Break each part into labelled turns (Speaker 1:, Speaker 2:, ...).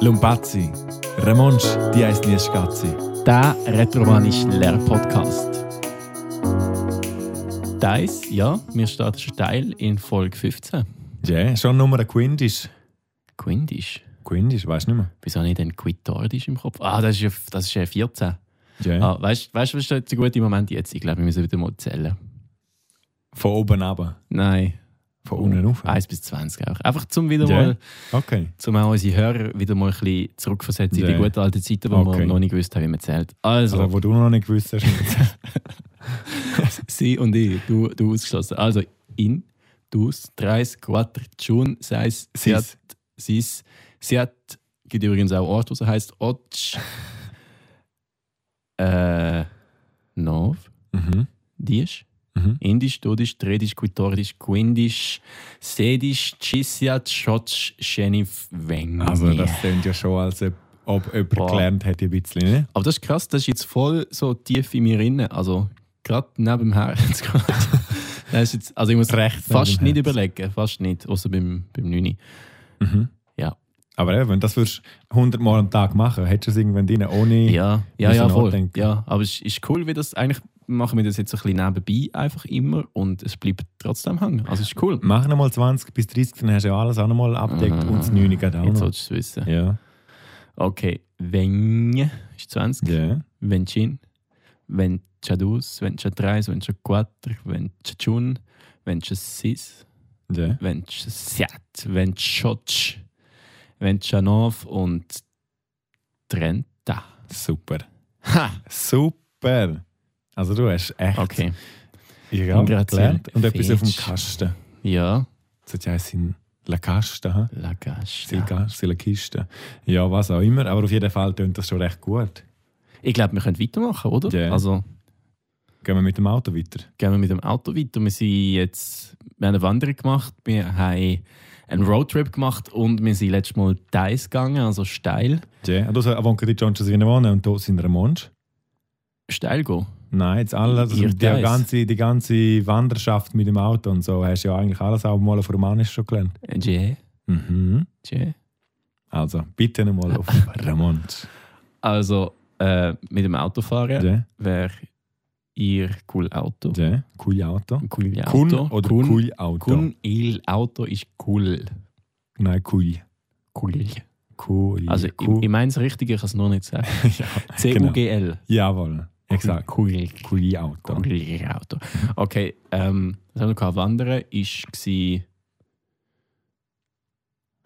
Speaker 1: Lumpazzi, Ramonsch, die heisst nie Schatzi.
Speaker 2: Der retromanische Lehrpodcast. Dies, ja, wir starten steil in Folge 15.
Speaker 1: Ja, yeah, schon Nummer ein Quindisch.
Speaker 2: Quindisch.
Speaker 1: Quindisch, weißt du nicht mehr?
Speaker 2: Wieso habe ich denn Quittordisch im Kopf? Ah, das ist ja, das ist ja 14.
Speaker 1: Ja.
Speaker 2: Ah, weißt du, weißt, du, was ist jetzt ein guter Moment jetzt? Ich glaube, wir müssen wieder mal zählen.
Speaker 1: Von oben runter.
Speaker 2: Nein.
Speaker 1: Von unten rauf.
Speaker 2: 1 bis 20 auch. Einfach zum wieder
Speaker 1: Ja.
Speaker 2: Ah, mal,
Speaker 1: Okay.
Speaker 2: zum auch unsere Hörer wieder mal ein bisschen zurückversetzen in
Speaker 1: Ja.
Speaker 2: die guten alten Zeiten, wo
Speaker 1: Okay.
Speaker 2: wir noch nicht gewusst haben, wie man zählt. Also,
Speaker 1: Also, wo du noch nicht gewusst hast.
Speaker 2: Sie und ich, du, du ausgeschlossen. Also in, dus, dreis, quattro, tschun, seis,
Speaker 1: Sis.
Speaker 2: siat, sis, siat, gibt übrigens auch Ort, was er heißt, otsch, äh, nov,
Speaker 1: mhm.
Speaker 2: dies,
Speaker 1: Mhm.
Speaker 2: indisch, dodisch, tredisch, quittordisch, quindisch, sedisch, tschisiat, schotsch, schenif, weng.
Speaker 1: Also, das klingt ja schon, als ob, ob jemand
Speaker 2: Boah.
Speaker 1: gelernt hätte, ein bisschen. Ne?
Speaker 2: Aber das ist krass, das ist jetzt voll so tief in mir drin. Also, gerade neben dem Herz. gerade. das ist jetzt, also, ich muss
Speaker 1: Recht neben
Speaker 2: fast
Speaker 1: dem
Speaker 2: nicht
Speaker 1: Herz.
Speaker 2: überlegen. Fast nicht. Außer beim, beim 9.
Speaker 1: Mhm.
Speaker 2: Ja.
Speaker 1: Aber eben, wenn du das würdest 100 Mal am Tag machen, hättest du es irgendwann drin, ohne.
Speaker 2: Ja, ja,
Speaker 1: Müssen
Speaker 2: ja, voll.
Speaker 1: nachdenken.
Speaker 2: Ja, aber es ist cool, wie das eigentlich machen wir das jetzt ein bisschen nebenbei einfach immer und es bleibt trotzdem hängen. Also, es ist cool.
Speaker 1: Mach nochmal 20 bis 30, dann hast du ja alles auch nochmal abgedeckt
Speaker 2: Ah,
Speaker 1: und das 9 geht auch
Speaker 2: Jetzt
Speaker 1: noch.
Speaker 2: solltest du es wissen.
Speaker 1: genau. Ja.
Speaker 2: Okay. Wenn ist 20.
Speaker 1: Ja.
Speaker 2: Vencin, Venchadus, Venchadreis, Venchaquattro, Venchachun, Venchasis.
Speaker 1: Ja.
Speaker 2: Ventsjat, Ventschotsch, Ventschanov und Trenta.
Speaker 1: Super.
Speaker 2: Ha!
Speaker 1: Super! Also du hast echt
Speaker 2: Okay.
Speaker 1: ich habe
Speaker 2: Grazie.
Speaker 1: gelernt und etwas auf dem
Speaker 2: Fetsch.
Speaker 1: Kasten.
Speaker 2: Ja,
Speaker 1: Das heisst in La Kasten, hä?
Speaker 2: Lagasch.
Speaker 1: Sie ja. La Kiste. Ja, was auch immer, aber auf jeden Fall tönt das schon recht gut.
Speaker 2: Ich glaube, wir können weitermachen, oder?
Speaker 1: Ja.
Speaker 2: Also
Speaker 1: Gehen wir mit dem Auto weiter.
Speaker 2: gehen wir mit dem Auto weiter. Wir, sind jetzt, wir haben eine Wanderung gemacht, wir haben einen Roadtrip gemacht und wir sind letztes Mal Deis gegangen, also steil.
Speaker 1: Ja, also ich wohne in Johnston wohnen und hier sind wir Mensch.
Speaker 2: Steil gehen.
Speaker 1: Nein, jetzt alle, also
Speaker 2: Ihr
Speaker 1: die,
Speaker 2: Teils.
Speaker 1: ganze, die ganze Wanderschaft mit dem Auto und so, hast du ja eigentlich alles auch mal auf Romanisch schon gelernt.
Speaker 2: Ja,
Speaker 1: Mhm.
Speaker 2: ja.
Speaker 1: Also, bitte nochmal auf Romanisch.
Speaker 2: Also äh, mit dem Auto fahren
Speaker 1: Ja,
Speaker 2: wäre ihr cool Auto.
Speaker 1: ja, cool Auto.
Speaker 2: Ein cooles Auto.
Speaker 1: Kun oder
Speaker 2: Kun-
Speaker 1: cool Auto?
Speaker 2: Kun il Auto ist cool.
Speaker 1: Nein, cool.
Speaker 2: Cool.
Speaker 1: Cool.
Speaker 2: Also
Speaker 1: cool.
Speaker 2: ich, ich meine es richtig, ich kann es nur nicht sagen.
Speaker 1: ja, genau.
Speaker 2: C-U-G-L.
Speaker 1: Jawohl, exakt.
Speaker 2: Cool.
Speaker 1: Cool Auto.
Speaker 2: Cool Auto. Okay, ähm, was haben wir gehabt? Wandern ist gsi.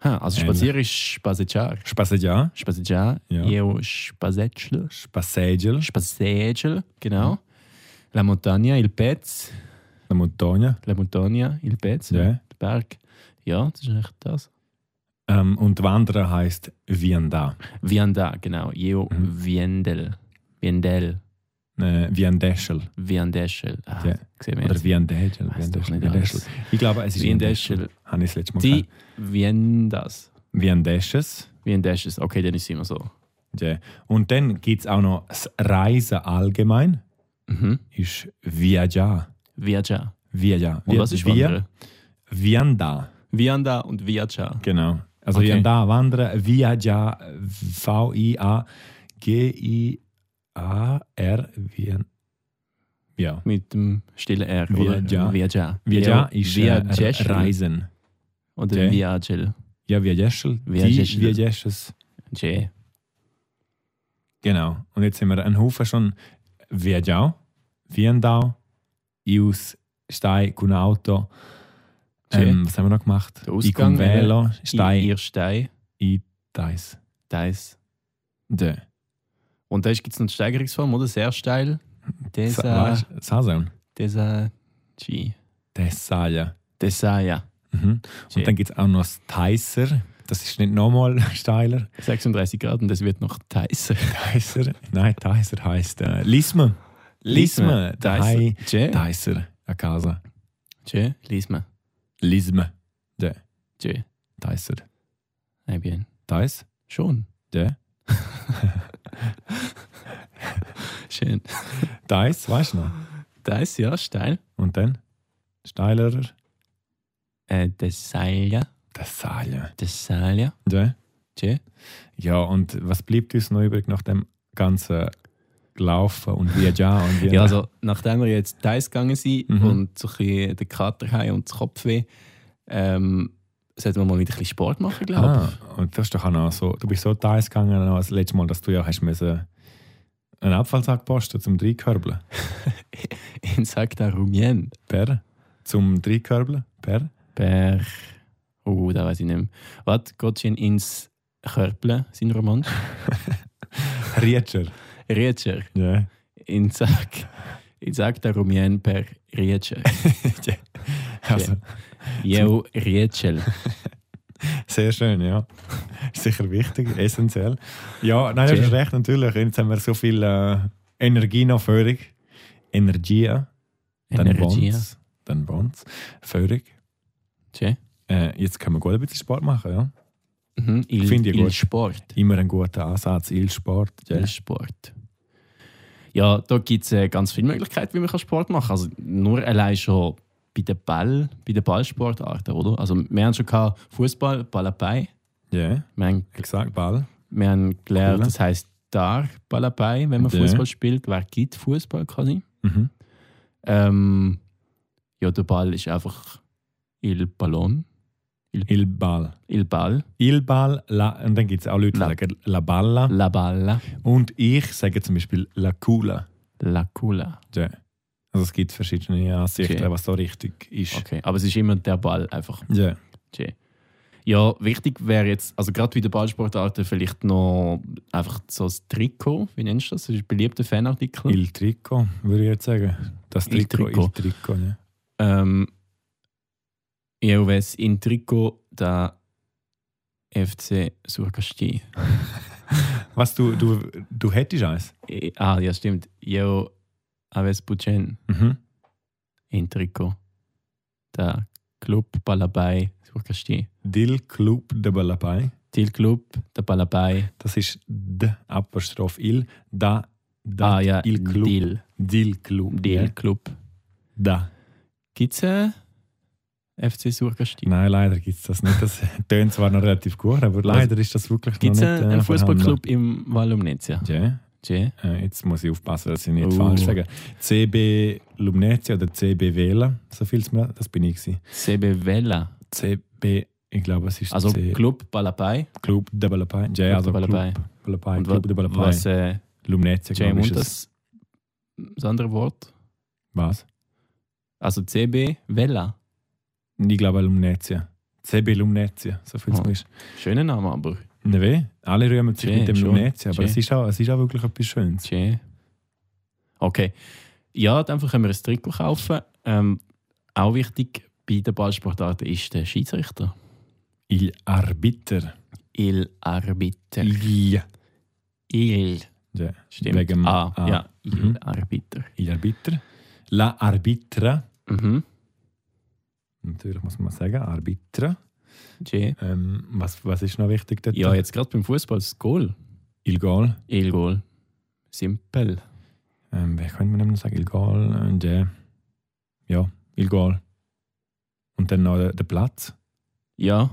Speaker 2: Ha, also
Speaker 1: Ähnlich.
Speaker 2: spazieren ist Spazier.
Speaker 1: Spassegia.
Speaker 2: Spazier.
Speaker 1: Ja.
Speaker 2: Io Spazegel.
Speaker 1: Spassegel.
Speaker 2: Spazegel, genau. La montagna, il pezzo.
Speaker 1: La Montagna.
Speaker 2: La montagna, il pezzo.
Speaker 1: Ja.
Speaker 2: Der Berg. Ja, das ist echt das.
Speaker 1: Ähm, und Wandern heißt Vianda.
Speaker 2: Vianda, genau. Jeo
Speaker 1: Mhm.
Speaker 2: Viendel. Viendel.
Speaker 1: Äh, Viandeschel.
Speaker 2: Viendeschel. Ah,
Speaker 1: Ja.
Speaker 2: sehen wir
Speaker 1: Oder
Speaker 2: jetzt.
Speaker 1: Viandegel.
Speaker 2: Weiss Ah, doch
Speaker 1: Viandeschel.
Speaker 2: nicht
Speaker 1: Viandeschel.
Speaker 2: alles.
Speaker 1: Ich glaube, es ist
Speaker 2: Viandeschel.
Speaker 1: Habe ich das letzte Mal
Speaker 2: Die
Speaker 1: gesagt.
Speaker 2: Viendas.
Speaker 1: Viandesches.
Speaker 2: Viendeschel. Okay, dann ist es immer so.
Speaker 1: Ja. Und dann gibt es auch noch das Reisen allgemein.
Speaker 2: Mhm.
Speaker 1: Ist Viaja.
Speaker 2: Viaja.
Speaker 1: Viaja.
Speaker 2: Und was ist
Speaker 1: Via?
Speaker 2: Wandern?
Speaker 1: Vianda.
Speaker 2: Vianda und Viaja.
Speaker 1: Genau. Also
Speaker 2: Okay.
Speaker 1: Vianda wandern, Viaja, V-I-A-G-I-A-R, Vien. Ja.
Speaker 2: Mit dem stillen R.
Speaker 1: Viaja.
Speaker 2: Oder? Viaja.
Speaker 1: Viaja ist äh,
Speaker 2: Viajeschel.
Speaker 1: Reisen.
Speaker 2: Oder
Speaker 1: Okay.
Speaker 2: Viajel.
Speaker 1: Ja, Viajeschel.
Speaker 2: Viajeschel.
Speaker 1: Die Viajeschels.
Speaker 2: J.
Speaker 1: Genau. Und jetzt sind wir einen Haufen schon Viajau, Viandau, Ius, Stei, Kunauto. Ähm, was haben wir noch gemacht?
Speaker 2: Der Ausgang äh, ne?
Speaker 1: Icum Velo, Stei,
Speaker 2: Ihr Stein.
Speaker 1: Deis.
Speaker 2: Deis.
Speaker 1: De.
Speaker 2: Und da gibt es noch die Steigerungsform, oder? Sehr steil. Desa.
Speaker 1: Sazon.
Speaker 2: Desa. G.
Speaker 1: Desaja.
Speaker 2: Desaya.
Speaker 1: Mhm.
Speaker 2: Schön.
Speaker 1: Und dann gibt es auch noch das Theiser. Das ist nicht nochmal steiler.
Speaker 2: 36 Grad und es wird noch heißer.
Speaker 1: Theiser. Nein, Theiser heisst äh, Lisme. Lisme. Thei-
Speaker 2: Tje.
Speaker 1: Theiser. A casa.
Speaker 2: Tje. Lisme.
Speaker 1: Lisme.
Speaker 2: Tje.
Speaker 1: Theiser.
Speaker 2: Eh bien.
Speaker 1: Theis.
Speaker 2: Schon.
Speaker 1: Ja.
Speaker 2: Schön.
Speaker 1: Theis, weißt du noch?
Speaker 2: Da ist ja steil.
Speaker 1: Und dann? Steilerer.
Speaker 2: Äh, Desalia.
Speaker 1: Thessalia.
Speaker 2: Desalia.
Speaker 1: Ja.
Speaker 2: Tschä.
Speaker 1: Ja, und was bleibt uns noch übrig nach dem ganzen Laufen und Viajar und
Speaker 2: Ja, also nachdem wir jetzt Thais gegangen sind
Speaker 1: Mhm.
Speaker 2: und so ein bisschen den Kater haben und das Kopfweh, ähm, sollten wir mal wieder ein bisschen Sport machen, glaube ich.
Speaker 1: ah, und das ist doch auch noch so, du bist so teils gegangen noch das letzte Mal, dass du ja hast müssen einen Abfallsack posten zum Dreikörbeln.
Speaker 2: In Sagda Rumien.
Speaker 1: Per? Zum Dreikörbeln? Per?
Speaker 2: Per. Oh, da weiß ich nicht mehr. Was? Gottchen ins Körble, sein Roman?
Speaker 1: Rietscher.
Speaker 2: Rietscher.
Speaker 1: Ja.
Speaker 2: In Sag. In Sagda Rumien per Rietscher.
Speaker 1: Also,
Speaker 2: Jeu Rietschel.
Speaker 1: Sehr schön, ja. Ist sicher wichtig, essentiell. Ja, nein, du hast
Speaker 2: Sehr.
Speaker 1: recht, natürlich. Jetzt haben wir so viel äh, Energie noch förig. Energie, dann
Speaker 2: Energie.
Speaker 1: Bonds. Dann Bonds. Förig.
Speaker 2: Tschä.
Speaker 1: Äh, jetzt können wir gut ein bisschen Sport machen, ja.
Speaker 2: Mhm. Il,
Speaker 1: Finde ich
Speaker 2: il
Speaker 1: gut.
Speaker 2: Sport.
Speaker 1: Immer ein guter Ansatz, Il-Sport.
Speaker 2: Ja. Sport. Ja, da gibt es äh, ganz viele Möglichkeiten, wie man kann Sport machen kann. Also nur allein schon bei den Ball, bei den Ballsportarten, oder? Also wir haben schon gehabt Fußball, Ballabei.
Speaker 1: Ja,
Speaker 2: Wir haben,
Speaker 1: exakt, Ball.
Speaker 2: wir haben gelernt,
Speaker 1: Cool.
Speaker 2: das heißt da Ballabei, wenn man
Speaker 1: Ja.
Speaker 2: Fußball spielt, wer gibt Fußball quasi?
Speaker 1: Mhm.
Speaker 2: Ähm, ja, der Ball ist einfach il Ballon,
Speaker 1: Il-Ball.
Speaker 2: il Ball,
Speaker 1: Il-Ball, la, und dann gibt es auch Leute, die
Speaker 2: La-
Speaker 1: sagen La Balla.
Speaker 2: la Balla,
Speaker 1: Und ich sage zum Beispiel La Cula.
Speaker 2: la Cula.
Speaker 1: Ja. Also es gibt verschiedene Ansichten,
Speaker 2: Ja.
Speaker 1: was da richtig ist.
Speaker 2: Okay, aber es ist immer der Ball einfach.
Speaker 1: Ja.
Speaker 2: Tschä. Ja, wichtig wäre jetzt, also gerade bei den Ballsportarten, vielleicht noch einfach so das Trikot, wie nennst du das? Das ist ein beliebter Fanartikel.
Speaker 1: Il Trikot, würde ich jetzt sagen. Das
Speaker 2: Il
Speaker 1: Trikot, Il Trikot.
Speaker 2: Trikot.
Speaker 1: ja.
Speaker 2: Ähm, eu ves in Trikot da FC Surcasti.
Speaker 1: Was, du, du, du hättest eins?
Speaker 2: E- Ah, ja, stimmt. Eu aves Buchen
Speaker 1: Mhm.
Speaker 2: in Trikot da Club Balabai Surcasti.
Speaker 1: Dil Club de Balapai.
Speaker 2: Til Club da Balabai.
Speaker 1: Das ist D, Apostroph Il, da, da,
Speaker 2: Ah ja,
Speaker 1: Il Club.
Speaker 2: Dil.
Speaker 1: Dil Club.
Speaker 2: Dil
Speaker 1: Ja.
Speaker 2: Club.
Speaker 1: Da.
Speaker 2: Gibt es äh, FC Surcasti?
Speaker 1: Nein, leider gibt es das nicht. Das tönt zwar noch relativ gut, aber leider ist das wirklich
Speaker 2: Gibt es
Speaker 1: noch nicht. äh,
Speaker 2: einen, einen Fußballclub im Val Lumnezia?
Speaker 1: Ja.
Speaker 2: Ja.
Speaker 1: Äh, jetzt muss ich aufpassen, dass ich nicht
Speaker 2: Oh.
Speaker 1: falsch sage. CB Lumnezia oder CB Vela, so viel es mir, das bin ich. gewesen.
Speaker 2: CB Vella.
Speaker 1: CB, ich glaube, es ist
Speaker 2: Also
Speaker 1: C,
Speaker 2: Club Balapai.
Speaker 1: Club de Balapai. Ja,
Speaker 2: Club
Speaker 1: also
Speaker 2: de Balapai.
Speaker 1: Club Balapai,
Speaker 2: Und
Speaker 1: Club de
Speaker 2: wa-
Speaker 1: Balapai.
Speaker 2: was äh,
Speaker 1: Lumnezia,
Speaker 2: Jay
Speaker 1: glaube ich.
Speaker 2: und
Speaker 1: ist es.
Speaker 2: das, das andere Wort?
Speaker 1: Was?
Speaker 2: Also CB Vella.
Speaker 1: Ich glaube Lumnezia. CB Lumnezia, so viel es
Speaker 2: Oh.
Speaker 1: mir ist.
Speaker 2: Schöner Name, aber
Speaker 1: Ne weh? Alle rühmen sich
Speaker 2: Schön,
Speaker 1: mit dem
Speaker 2: schon.
Speaker 1: Lumnezia, aber
Speaker 2: Schön.
Speaker 1: es ist, auch, es ist auch wirklich etwas Schönes.
Speaker 2: Jay. Okay. Ja, dann können wir ein Trikot kaufen. Ähm, auch wichtig bei den Ballsportarten ist der Schiedsrichter.
Speaker 1: Il Arbiter.
Speaker 2: Il Arbiter.
Speaker 1: Il.
Speaker 2: Il.
Speaker 1: Ja.
Speaker 2: Stimmt.
Speaker 1: Wegen
Speaker 2: ah,
Speaker 1: A.
Speaker 2: ja. Il
Speaker 1: Mhm.
Speaker 2: Arbiter.
Speaker 1: Il Arbiter. La Arbitra.
Speaker 2: Mhm.
Speaker 1: Natürlich muss man sagen, Arbitra.
Speaker 2: Jay.
Speaker 1: Ähm, was, was ist noch wichtig dort?
Speaker 2: Ja, jetzt gerade beim Fußball das Goal.
Speaker 1: Il Gol.
Speaker 2: Il Goal. Simpel.
Speaker 1: Ähm, wer könnte man denn sagen? Il Gol. Und, äh, ja, Il Gol. Und dann noch der, der Platz.
Speaker 2: Ja,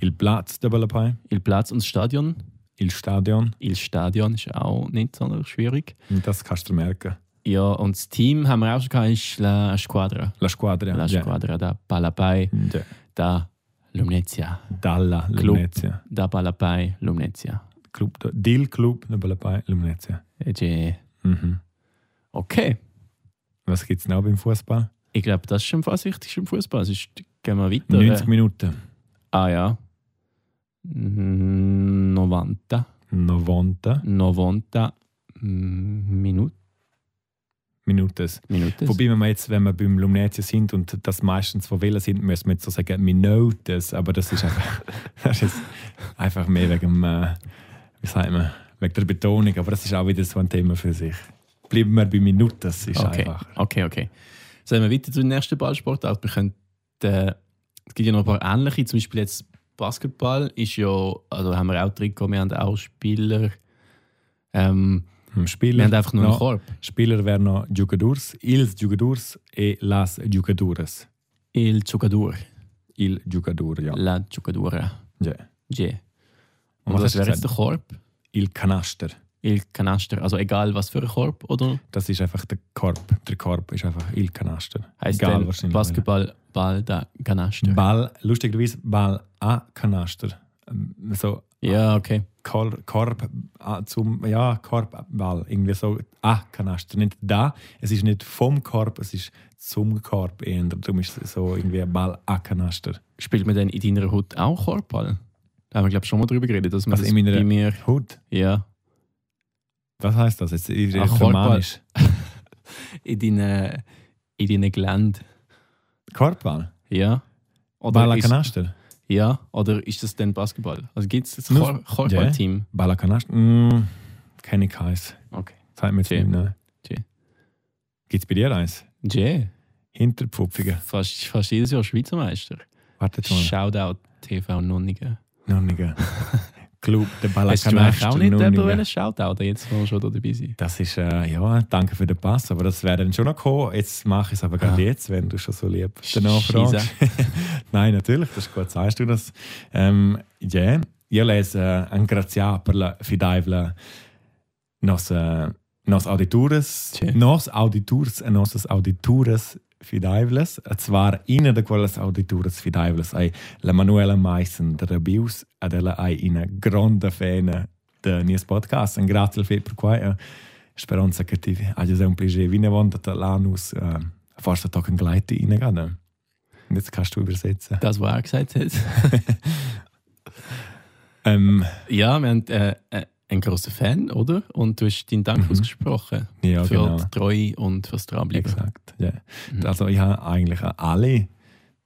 Speaker 1: Il Platz der Balapai.
Speaker 2: Il Platz und das Stadion.
Speaker 1: Il Stadion.
Speaker 2: Il Stadion ist auch nicht sonderlich schwierig.
Speaker 1: Und das kannst du dir merken.
Speaker 2: Ja, und das Team haben wir auch schon gehabt, ist La Squadra.
Speaker 1: La Squadra.
Speaker 2: La
Speaker 1: ja.
Speaker 2: Squadra da Palapai,
Speaker 1: Ja.
Speaker 2: da Lumnezia.
Speaker 1: Dalla
Speaker 2: Club.
Speaker 1: Lumnezia.
Speaker 2: Da Palapai, Lumnezia.
Speaker 1: Club. de- Dil Club der Balapai Lumnezia.
Speaker 2: Äh,
Speaker 1: Mhm.
Speaker 2: Okay,
Speaker 1: Was gibt es noch beim Fußball?
Speaker 2: ich glaube, das ist schon fast wichtig im Fußball. Sonst gehen wir weiter.
Speaker 1: 90 Minuten.
Speaker 2: Ah ja. Mm, 90.
Speaker 1: 90
Speaker 2: 90 Minuten.
Speaker 1: Minuten.
Speaker 2: Minuten.
Speaker 1: Wobei wir jetzt, wenn wir beim Lumnezia sind und das meistens von Villa sind, müssen wir jetzt so sagen Minutes, aber das ist einfach, das ist einfach mehr wegen, dem, äh, wie sagt man, wegen der Betonung, aber das ist auch wieder so ein Thema für sich. Bleiben wir bei Minuten, das ist
Speaker 2: okay.
Speaker 1: einfacher.
Speaker 2: Okay, okay. Sollen wir weiter zur nächsten Ballsportart? Wir können, äh, es gibt ja noch ein paar ähnliche, zum Beispiel jetzt Basketball ist ja, also haben wir auch Trikot, wir haben auch Spieler. Ähm,
Speaker 1: Ein Spieler,
Speaker 2: wir haben einfach nur einen
Speaker 1: noch-
Speaker 2: Korb.
Speaker 1: Spieler wäre noch Jugadores, ils Jugadores e las Jugadores.
Speaker 2: Il Jugador,
Speaker 1: Il Jugador, ja.
Speaker 2: la Jugadora.
Speaker 1: Ja.
Speaker 2: Yeah.
Speaker 1: Und was
Speaker 2: Und das
Speaker 1: hast du
Speaker 2: wäre
Speaker 1: gesagt?
Speaker 2: jetzt der Korb.
Speaker 1: Il Canaster.
Speaker 2: Il Canaster. Also egal was für ein Korb, oder?
Speaker 1: Das ist einfach der Korb. Der Korb ist einfach Il Canaster.
Speaker 2: Heißt
Speaker 1: Egal
Speaker 2: dann
Speaker 1: wahrscheinlich.
Speaker 2: Basketball, Ball, da Canaster.
Speaker 1: Ball, lustigerweise Ball a Kanaster. Ähm, So
Speaker 2: ja, okay.
Speaker 1: Kor Korb a zum, ja, Korbball. Irgendwie so a Kanaster. Nicht da, es ist nicht vom Korb, es ist zum Korb eher. Darum ist es so irgendwie Ball a Kanaster.
Speaker 2: Spielt man denn in deiner Hut auch Korbball? Da haben wir, glaube ich, schon mal drüber geredet, dass man
Speaker 1: Also
Speaker 2: das
Speaker 1: in meiner-
Speaker 2: bei mir...
Speaker 1: Hut,
Speaker 2: Ja.
Speaker 1: was heißt das? Jetzt ist
Speaker 2: Ah,
Speaker 1: es
Speaker 2: Korbball.
Speaker 1: romanisch.
Speaker 2: In deinen... In deinen Gelände.
Speaker 1: Korbball.
Speaker 2: Ja.
Speaker 1: Ball a
Speaker 2: ist,
Speaker 1: Kanaster.
Speaker 2: ja. Oder ist das denn Basketball? Also gibt es ein
Speaker 1: Nur-
Speaker 2: Kor Korbballteam?
Speaker 1: Ball a Kanaster. Mm, keine Kais.
Speaker 2: Okay.
Speaker 1: Zeig mir jetzt
Speaker 2: Tja.
Speaker 1: nicht. Ne?
Speaker 2: Tja.
Speaker 1: Gibt es bei dir eins?
Speaker 2: Yeah.
Speaker 1: Hinterpfupfigen.
Speaker 2: Fast, fast jedes Jahr Schweizer Meister.
Speaker 1: Warte mal.
Speaker 2: Shoutout TV Nunningen.
Speaker 1: Nonnigen. Club der
Speaker 2: Hast du eigentlich
Speaker 1: Balakanast
Speaker 2: auch nicht
Speaker 1: Nonnigen.
Speaker 2: jemanden Shoutout, jetzt wo wir schon da dabei sind?
Speaker 1: Das ist, äh, ja, danke für den Pass, aber das wäre dann schon noch gekommen. Jetzt mache ich es aber gerade jetzt, wenn du schon so lieb danach
Speaker 2: Ah. Scheisse.
Speaker 1: fragst. Nein, natürlich, das ist gut, sagst du das. Ähm, yeah. Ich lese äh, «An grazia per la fidaivla nos, äh, nos auditures,
Speaker 2: Tja.
Speaker 1: nos auditures, äh, nos auditures fidaivles, e zwar in de quelles auditures fidaivles ei la Manuela Meissen, der Rabius, adela ei in a grande fene de nies podcast. En grazie al fe per quai, eh, speranza che ti agias un piacere, vine vondat l'anus, eh, forse tocken gleite in gade. Und jetzt kannst du übersetzen.
Speaker 2: Das, was er gesagt hat.
Speaker 1: Ähm,
Speaker 2: ja, wir haben äh, äh, einen grossen Fan, oder? Und du hast deinen Dank
Speaker 1: Mhm.
Speaker 2: ausgesprochen
Speaker 1: ja,
Speaker 2: für
Speaker 1: genau.
Speaker 2: die Treue und fürs Dranbleiben.
Speaker 1: Exakt. Ja.
Speaker 2: Mhm.
Speaker 1: Also ich habe eigentlich an alle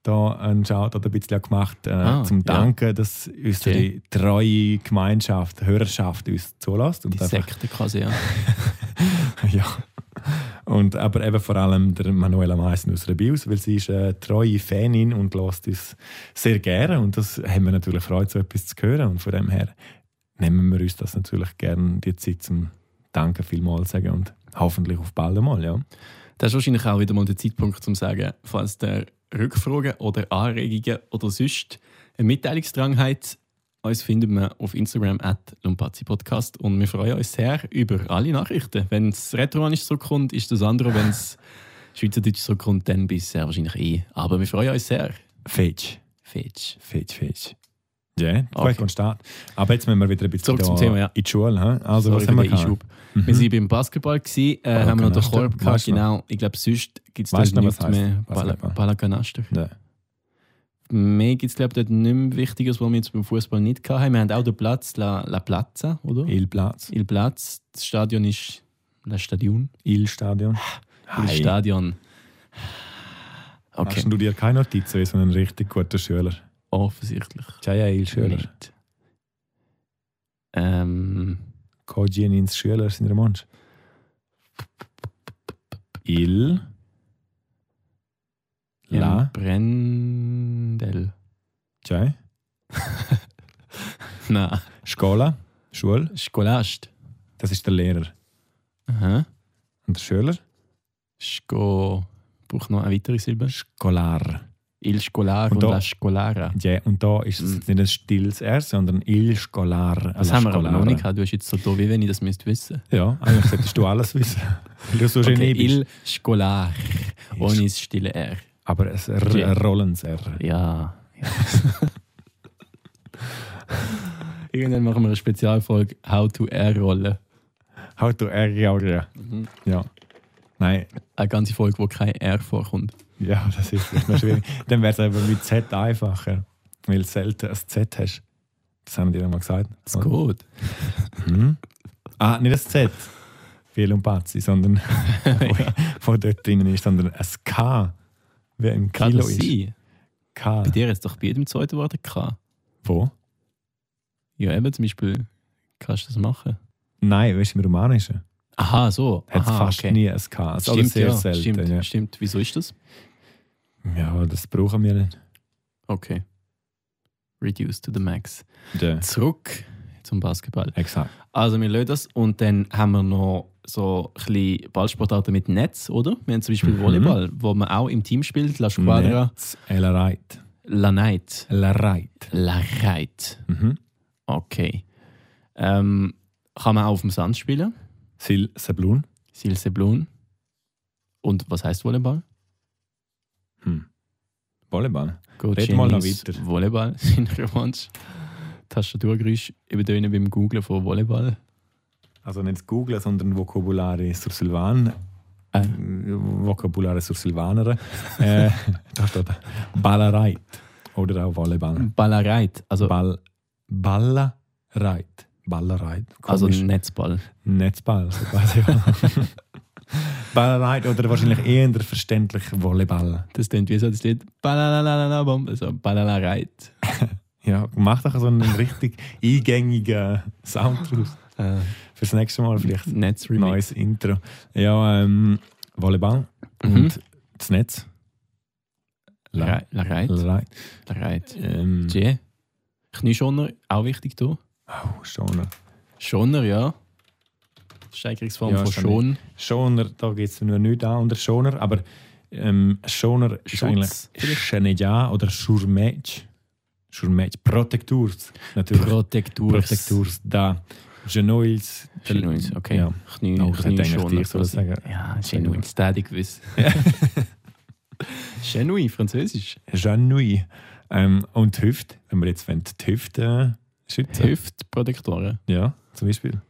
Speaker 1: da einen Shoutout ein bisschen gemacht, äh,
Speaker 2: Ah,
Speaker 1: zum
Speaker 2: ja.
Speaker 1: Danken, dass unsere
Speaker 2: Okay.
Speaker 1: treue Gemeinschaft, Hörerschaft uns zulässt. Und
Speaker 2: Die Sekte quasi, ja.
Speaker 1: ja. Und, aber eben vor allem der Manuela Meissen aus Rebius, weil sie ist eine treue Fanin und lässt uns sehr gerne. Und das haben wir natürlich Freude, so etwas zu hören. Und von dem her nehmen wir uns das natürlich gerne die Zeit zum Danke vielmals sagen und hoffentlich auf bald einmal. Ja.
Speaker 2: Das ist wahrscheinlich auch wieder mal der Zeitpunkt, um zu sagen, falls der Rückfragen oder Anregungen oder sonst eine Mitteilungsdrang hat, uns findet man auf Instagram at Lumpazzi Podcast und wir freuen uns sehr über alle Nachrichten. Wenn es Retroanisch zurückkommt, ist das andere. Wenn es Schweizerdeutsch zurückkommt, dann bis sehr wahrscheinlich eh. Aber wir freuen uns sehr.
Speaker 1: Fetch.
Speaker 2: Fetsch.
Speaker 1: Fetch, fetch. Ja, yeah,
Speaker 2: Okay.
Speaker 1: okay. und Start. Aber jetzt müssen wir wieder ein bisschen
Speaker 2: Zurück zum
Speaker 1: da
Speaker 2: Thema, ja.
Speaker 1: in die Schule. hä? Also,
Speaker 2: Sorry
Speaker 1: was haben wir
Speaker 2: für den
Speaker 1: gehabt?
Speaker 2: Einschub. Wir waren beim Basketball, gewesen, äh, haben wir noch den
Speaker 1: Ballakanaster.
Speaker 2: Korb gehabt.
Speaker 1: Mhm. Weißt du noch?
Speaker 2: Genau, ich glaube, sonst gibt es
Speaker 1: Weißt
Speaker 2: dort
Speaker 1: du noch, was heisst
Speaker 2: nichts mehr.
Speaker 1: Basketball?
Speaker 2: Ballakanaster.
Speaker 1: Ja.
Speaker 2: Mehr gibt es, glaube ich, dort nicht mehr Wichtiges, was wir jetzt beim Fußball nicht hatten. Wir haben auch den Platz, La, La Plaza, oder?
Speaker 1: Il Platz,
Speaker 2: Il Platz. Das Stadion ist La Stadion.
Speaker 1: Il Stadion.
Speaker 2: Il
Speaker 1: Hi.
Speaker 2: Stadion.
Speaker 1: Hast
Speaker 2: Ah, Okay,
Speaker 1: du dir keine Notiz, wie so ein richtig guter Schüler?
Speaker 2: offensichtlich.
Speaker 1: Ja, ja, Il Schüler.
Speaker 2: Nicht. Ähm,
Speaker 1: Kojin ins Schüler sind der Mensch. Il. La.
Speaker 2: Brendel.
Speaker 1: Tja.
Speaker 2: Nein,
Speaker 1: Schola. Schule.
Speaker 2: Scholast.
Speaker 1: Das ist der Lehrer.
Speaker 2: Aha.
Speaker 1: Und der Schüler?
Speaker 2: Scho. Braucht noch eine weitere Silbe.
Speaker 1: Scholar.
Speaker 2: Il Scolar
Speaker 1: Und
Speaker 2: und
Speaker 1: da-
Speaker 2: La Scolara.
Speaker 1: Ja, und da ist es
Speaker 2: Mm.
Speaker 1: jetzt nicht ein stilles R, sondern Il Scholar.
Speaker 2: Das haben wir aber noch nicht gehabt. Du hast jetzt so da, wie wenn ich das müsste wissen.
Speaker 1: Ja, eigentlich solltest du alles wissen. Weil du so
Speaker 2: Okay,
Speaker 1: Genie bist.
Speaker 2: il Scolar. Ohne das stille R.
Speaker 1: Aber es R,
Speaker 2: Okay.
Speaker 1: ein Rollens R.
Speaker 2: Ja. Irgendwann machen wir eine Spezialfolge How to R-Rollen.
Speaker 1: How to Halt, R, ja, ja.
Speaker 2: Mhm.
Speaker 1: Ja. Nein,
Speaker 2: Eine ganze Folge, wo kein R vorkommt.
Speaker 1: ja, das ist vielleicht noch schwierig. Dann wäre es aber mit Z einfacher, weil du selten ein Z hast. Das haben die dir mal gesagt.
Speaker 2: Das ist gut.
Speaker 1: Mhm. Ah, nicht das Z, Viel und Pazzi, sondern wo dort drinnen ist, sondern ein K, wie im
Speaker 2: Kann
Speaker 1: Kilo
Speaker 2: das
Speaker 1: ist.
Speaker 2: sein?
Speaker 1: K.
Speaker 2: Bei dir ist doch bei jedem zweiten Wort ein K.
Speaker 1: Wo?
Speaker 2: Ja, eben zum Beispiel kannst du das machen.
Speaker 1: Nein, weißt du, im Romanischen
Speaker 2: Aha, so.
Speaker 1: hat es
Speaker 2: Aha,
Speaker 1: fast
Speaker 2: okay.
Speaker 1: nie ein K. Es ist alles
Speaker 2: Stimmt,
Speaker 1: sehr
Speaker 2: ja,
Speaker 1: selten.
Speaker 2: stimmt,
Speaker 1: ja.
Speaker 2: stimmt. Wieso ist das?
Speaker 1: ja, das brauchen wir nicht.
Speaker 2: Okay. Reduce to the max.
Speaker 1: Ja.
Speaker 2: Zurück zum Basketball.
Speaker 1: Exakt.
Speaker 2: Also wir lösen das und dann haben wir noch so ein bisschen Ballsportarten mit Netz, oder? Wir haben zum Beispiel
Speaker 1: Mhm.
Speaker 2: Volleyball, wo man auch im Team spielt. La Squadra,
Speaker 1: Netz, La Reit.
Speaker 2: La Night,
Speaker 1: La Reit.
Speaker 2: La Reit.
Speaker 1: Mhm.
Speaker 2: Okay. Ähm, kann man auch auf dem Sand spielen.
Speaker 1: Sil Sablon.
Speaker 2: Silseblon. Und was heißt Volleyball?
Speaker 1: Hm. Volleyball.
Speaker 2: Go
Speaker 1: Red mal noch
Speaker 2: Jennings,
Speaker 1: weiter.
Speaker 2: Volleyball, sind Revanche. Tastaturgeräusch übertönen beim Googlen von Volleyball.
Speaker 1: Also nicht googeln, sondern Vokabular sur Silvan.
Speaker 2: Äh.
Speaker 1: Vokabular sur Silvaner. äh, da steht Ballereit. Oder auch Volleyball.
Speaker 2: Ballereit, also,
Speaker 1: Ball, Ballereit. Ballereit.
Speaker 2: also
Speaker 1: Komisch.
Speaker 2: Netzball.
Speaker 1: Netzball, so quasi. Ballerheit oder wahrscheinlich eher verständlich Volleyball.
Speaker 2: Das klingt wie so das Lied Balalalalabom, also Ballalareit.
Speaker 1: Ja, mach doch so einen richtig eingängigen Sound draus.
Speaker 2: Äh,
Speaker 1: Fürs nächste Mal vielleicht ein
Speaker 2: Netzremix.
Speaker 1: neues Intro. Ja, ähm, Volleyball
Speaker 2: Mhm.
Speaker 1: und das Netz.
Speaker 2: Rei- Lareit.
Speaker 1: Right.
Speaker 2: Lareit.
Speaker 1: Ähm,
Speaker 2: Tje. Knieschoner, auch wichtig hier.
Speaker 1: oh, Schoner.
Speaker 2: Schoner, ja. Steigerungsform
Speaker 1: Ja,
Speaker 2: von
Speaker 1: ist dann
Speaker 2: Schon.
Speaker 1: Schoner, da geht es nur nicht an unter Schoner, aber ähm, Schoner ist
Speaker 2: Schutz,
Speaker 1: eigentlich
Speaker 2: vielleicht?
Speaker 1: Scheneja oder Schurmetsch. Schurmetsch. Protekturs, natürlich.
Speaker 2: Protekturs.
Speaker 1: Protekturs da. Genoils.
Speaker 2: Genoils, okay.
Speaker 1: Ja.
Speaker 2: Knie,
Speaker 1: Oh, ich hätte
Speaker 2: Knie
Speaker 1: eigentlich
Speaker 2: Schoner.
Speaker 1: dich sollen
Speaker 2: quasi.
Speaker 1: sagen.
Speaker 2: Ja, Genois, das hätte ich gewusst. Genois, Französisch.
Speaker 1: Genouille. Ähm, und die Hüfte, wenn wir jetzt wollen, die Hüfte äh, schützen
Speaker 2: Hüftprotektoren.
Speaker 1: Ja, zum Beispiel.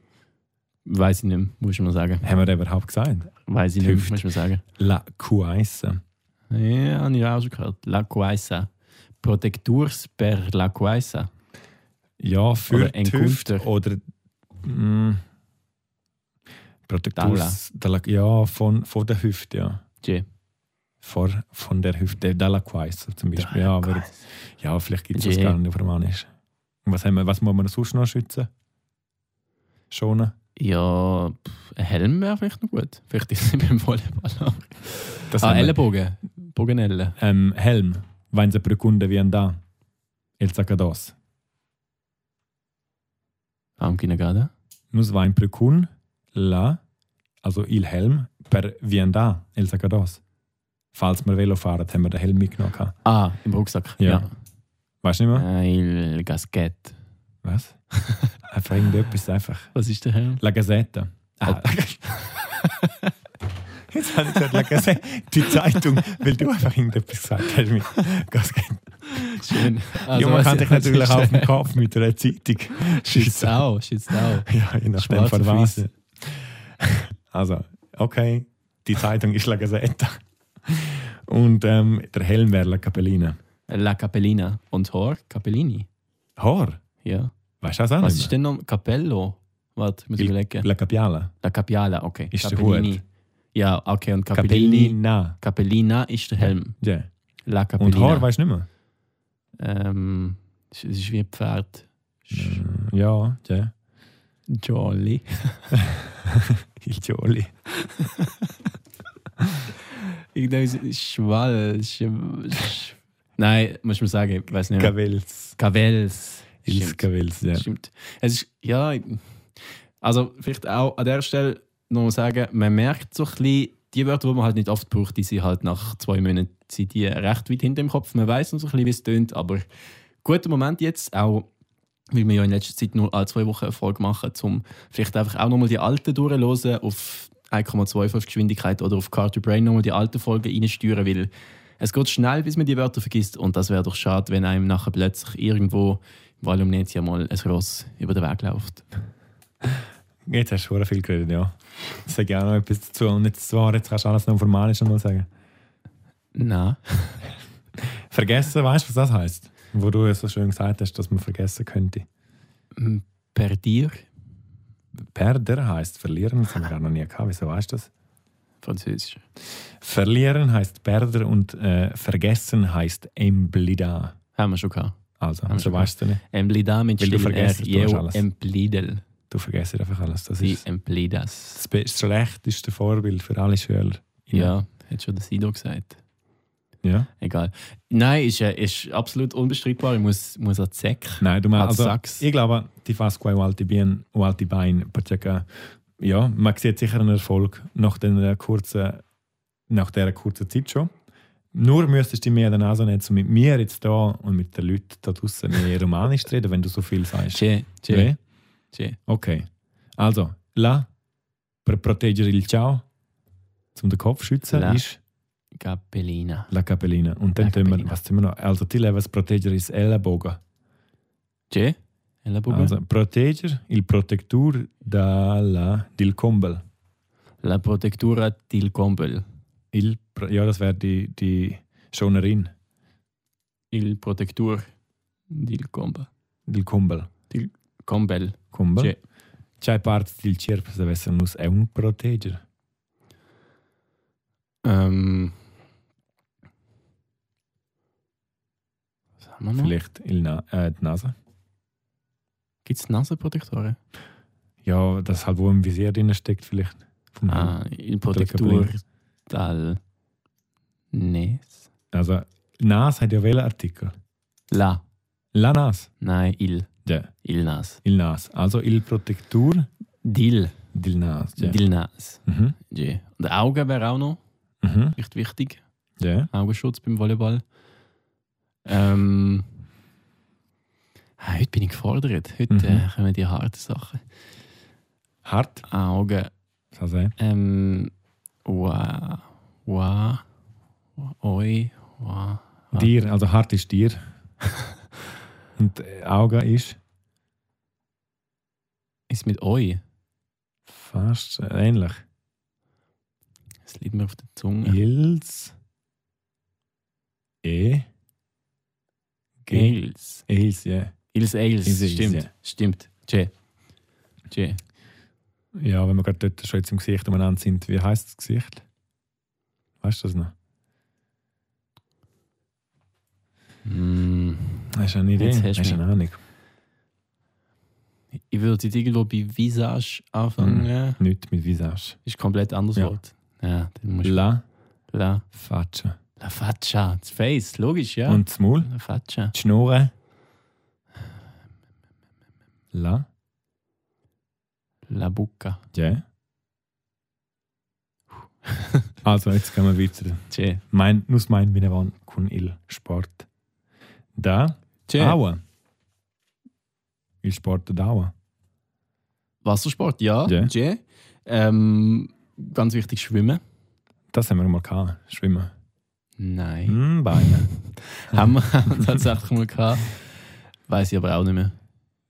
Speaker 2: Weiß ich nicht mehr, muss man sagen.
Speaker 1: Haben wir das überhaupt gesagt?
Speaker 2: Weiß ich nicht mehr,
Speaker 1: Hüft.
Speaker 2: muss man sagen.
Speaker 1: La Cuaisse.
Speaker 2: Ja, habe ich auch schon gehört. La Quaisa. Protekturs per La Quaisa.
Speaker 1: Ja, für
Speaker 2: Oder
Speaker 1: die Hüfte.
Speaker 2: Entgunter.
Speaker 1: Oder mm, Protekturs. de la- Ja, von, von der Hüfte, ja.
Speaker 2: Je.
Speaker 1: Vor, von der Hüfte. De la Cuaisse zum Beispiel. Ja, aber, ja, vielleicht gibt es das
Speaker 2: Je.
Speaker 1: gar nicht auf Romanisch. Und Was, haben wir, was muss man sonst noch schützen? Schonen?
Speaker 2: Ja, pff, ein Helm wäre vielleicht noch gut. Vielleicht ist es beim Volleyball auch.
Speaker 1: Das
Speaker 2: Ah,
Speaker 1: haben wir.
Speaker 2: Ellenbogen. Bogenelle.
Speaker 1: ähm, Helm, wenn sie pro Kunde wie ein da. Il Zacados.
Speaker 2: Warum gehen wir gerade?
Speaker 1: Nus wein pro Kun, la, also il Helm, per wie ein da. Il Zacados. Falls wir Velo fahren, haben wir den Helm mitgenommen. gehabt.
Speaker 2: Ah, im Rucksack.
Speaker 1: Ja. Weißt du nicht mehr?
Speaker 2: Äh, Il Gasquette.
Speaker 1: Was? einfach irgendetwas, einfach.
Speaker 2: Was ist der Helm?
Speaker 1: La Gazzetta. Ah, Jetzt habe ich gesagt, La Gazzetta, die Zeitung, weil du einfach irgendetwas gesagt hast. mit Gazzetta.
Speaker 2: Schön. Also,
Speaker 1: ja, man kann dich natürlich auch auf den Kopf mit einer Zeitung schießen.
Speaker 2: Schützau, Schützau.
Speaker 1: Ja, je nachdem
Speaker 2: Schwarz
Speaker 1: von
Speaker 2: auf
Speaker 1: was.
Speaker 2: weiß.
Speaker 1: Also, okay, die Zeitung ist La Gazzetta. Und ähm, der Helm wäre La Capellina.
Speaker 2: La Capellina. Und Hor? Capellini.
Speaker 1: Hor,
Speaker 2: Ja.
Speaker 1: weißt du das auch
Speaker 2: Was
Speaker 1: nicht
Speaker 2: ist denn noch? Capello? Warte, muss ich
Speaker 1: Il-
Speaker 2: überlegen.
Speaker 1: mehr? La Capiala.
Speaker 2: La Capiala, okay.
Speaker 1: Ist der Hut.
Speaker 2: Ja, okay. Und Capellini.
Speaker 1: Capellina.
Speaker 2: Capellina ist der Helm.
Speaker 1: Ja.
Speaker 2: La Capellina.
Speaker 1: Und Hor weißt du nicht mehr?
Speaker 2: Ähm, es es ist wie ein Pferd. Sch-
Speaker 1: Mm, Ja, ja.
Speaker 2: Jolly.
Speaker 1: Il Gioli.
Speaker 2: Irgendwie Schwall. Sch Sch Nein, muss man sagen, ich weiß nicht. mehr.
Speaker 1: Cavels.
Speaker 2: Cavels.
Speaker 1: Il Cavels, ja.
Speaker 2: Stimmt. Es ist, ja, ich- also vielleicht auch an der Stelle noch mal sagen, man merkt so ein bisschen, die Wörter, die man halt nicht oft braucht, die sind halt nach zwei Monaten sind die recht weit hinter dem Kopf. Man weiß noch so ein bisschen, wie es tönt, aber guter Moment jetzt auch, weil wir ja in letzter Zeit nur alle zwei Wochen eine Folge machen, um vielleicht einfach auch nochmal die alten durchzuhören auf 1,25 Geschwindigkeit oder auf Car to Brain nochmal die alten Folgen reinsteuern, weil es geht schnell, bis man die Wörter vergisst und das wäre doch schade, wenn einem nachher plötzlich irgendwo weil um nicht ja mal ein Ross über den Weg läuft.
Speaker 1: Jetzt hast du schon viel geredet, ja. Ich sage auch noch etwas dazu. Und jetzt zwar, jetzt kannst du alles noch auf Romanisch nochmal sagen.
Speaker 2: Nein.
Speaker 1: Vergessen, weißt du, was das heißt? Wo du ja so schön gesagt hast, dass man vergessen könnte.
Speaker 2: M, Per dir,
Speaker 1: Perder heißt verlieren, das haben wir gar noch nie gehabt. Wieso weißt du das?
Speaker 2: Französisch.
Speaker 1: Verlieren heißt Perder und äh, vergessen heißt Emblida.
Speaker 2: Haben wir schon gehabt.
Speaker 1: Also,
Speaker 2: Haben
Speaker 1: so
Speaker 2: wir
Speaker 1: weißt du nicht.
Speaker 2: Emblida mit
Speaker 1: Weil du
Speaker 2: stillem R,
Speaker 1: vergisst, du hast
Speaker 2: jeo
Speaker 1: alles.
Speaker 2: emplidel.
Speaker 1: Du vergisst einfach alles. Das
Speaker 2: Sie
Speaker 1: ist
Speaker 2: emplidas.
Speaker 1: das be- das schlechteste Vorbild für alle Schüler.
Speaker 2: Ja, hat schon der Sido gesagt.
Speaker 1: ja?
Speaker 2: Egal. Nein, ist, äh, ist absolut unbestreitbar. Ich muss, muss an die Säck.
Speaker 1: Nein, du meinst,
Speaker 2: Also,
Speaker 1: also,
Speaker 2: Sachs.
Speaker 1: ich glaube, die Fasquai Walti Bien, Walti Bein, Pacheca, ja, man sieht sicher einen Erfolg nach dieser kurzen, nach dieser kurzen Zeit schon. Nur müsstest du mir dann auch so nicht so um mit mir jetzt da und mit den Leuten da draußen mehr Romanisch reden, wenn du so viel sagst.
Speaker 2: Che, che.
Speaker 1: Weh?
Speaker 2: Sì.
Speaker 1: Okay. Also, la per proteggere il ciao, zum den Kopf schützen,
Speaker 2: La.
Speaker 1: ist
Speaker 2: Cappellina.
Speaker 1: la capellina. Und dann
Speaker 2: La
Speaker 1: tun wir,
Speaker 2: capellina.
Speaker 1: was tun wir noch? Also, ti leves proteggere ist Ellenbogen.
Speaker 2: Sì? E la buba?
Speaker 1: Also, proteggere, il protector dalla, del combel.
Speaker 2: La protettura del Gombel.
Speaker 1: Il, pro- ja, das wäre die, die Schonerin,
Speaker 2: Il protettur del Gombel.
Speaker 1: del combel.
Speaker 2: Gombel.
Speaker 1: Combel.
Speaker 2: Sì.
Speaker 1: C'è parte del cervo deve essere nus è un proteggere.
Speaker 2: Ähm. Was haben wir noch?
Speaker 1: Vielleicht il na, äh, die Nase.
Speaker 2: Gibt es Nasenprotektoren?
Speaker 1: Ja, das halt, wo im Visier drin steckt, vielleicht. Vom
Speaker 2: Ah,
Speaker 1: Cappellino.
Speaker 2: il protettur dal Nes.
Speaker 1: Also, Nas hat ja welchen Artikel?
Speaker 2: La.
Speaker 1: La Nas.
Speaker 2: Nein, il.
Speaker 1: Ja,
Speaker 2: Il Nas.
Speaker 1: il Nas. Also, il Protektur
Speaker 2: Dil.
Speaker 1: del Nas. Ja.
Speaker 2: Dil Nas.
Speaker 1: Mhm.
Speaker 2: Ja. Und Augen wäre auch noch
Speaker 1: Mhm.
Speaker 2: recht wichtig.
Speaker 1: Ja.
Speaker 2: Augenschutz beim Volleyball. Ähm. ah, Heute bin ich gefordert. Heute
Speaker 1: Mhm.
Speaker 2: äh, kommen die harten Sachen.
Speaker 1: Hart,
Speaker 2: Augen.
Speaker 1: soll sein.
Speaker 2: Ähm, wa, wa, oi, wa. Ah.
Speaker 1: Dir, also hart ist dir. Und äh, Auge ist
Speaker 2: Ist mit oi.
Speaker 1: fast ähnlich.
Speaker 2: Es liegt mir auf der Zunge.
Speaker 1: Ils. E. G.
Speaker 2: Ils.
Speaker 1: Ils, ja.
Speaker 2: Ils, Eils.
Speaker 1: Ils, Eils,
Speaker 2: Stimmt,
Speaker 1: ja.
Speaker 2: stimmt. Che. Che.
Speaker 1: Ja, wenn wir gerade dort schon jetzt im Gesicht umeinander sind, wie heißt das Gesicht? Weißt du das noch?
Speaker 2: Mm.
Speaker 1: Hast du eine Idee?
Speaker 2: Jetzt hast du
Speaker 1: hast du eine Ahnung?
Speaker 2: Ich würde jetzt irgendwo bei Visage anfangen.
Speaker 1: Nicht mit Visage.
Speaker 2: Ist komplett anderes
Speaker 1: Mm. Ja.
Speaker 2: Wort. Ja, dann musst du.
Speaker 1: La
Speaker 2: La.
Speaker 1: Faccia.
Speaker 2: La faccia. Das Face, logisch, ja.
Speaker 1: Und das Maul?
Speaker 2: La faccia.
Speaker 1: Die Schnurre? La?
Speaker 2: La bucca.
Speaker 1: Ja. also, jetzt gehen wir weiter.
Speaker 2: Che.
Speaker 1: Mein, nus mein Binevon kun il Sport. Da?
Speaker 2: Che.
Speaker 1: Aua. Il Sport Dauer.
Speaker 2: Wassersport, ja.
Speaker 1: Ja.
Speaker 2: Che. Ähm, ganz wichtig, schwimmen.
Speaker 1: Das haben wir mal gehabt. Schwimmen.
Speaker 2: Nein.
Speaker 1: Hm, Beine.
Speaker 2: haben wir tatsächlich mal gehabt. Weiß ich aber auch nicht mehr.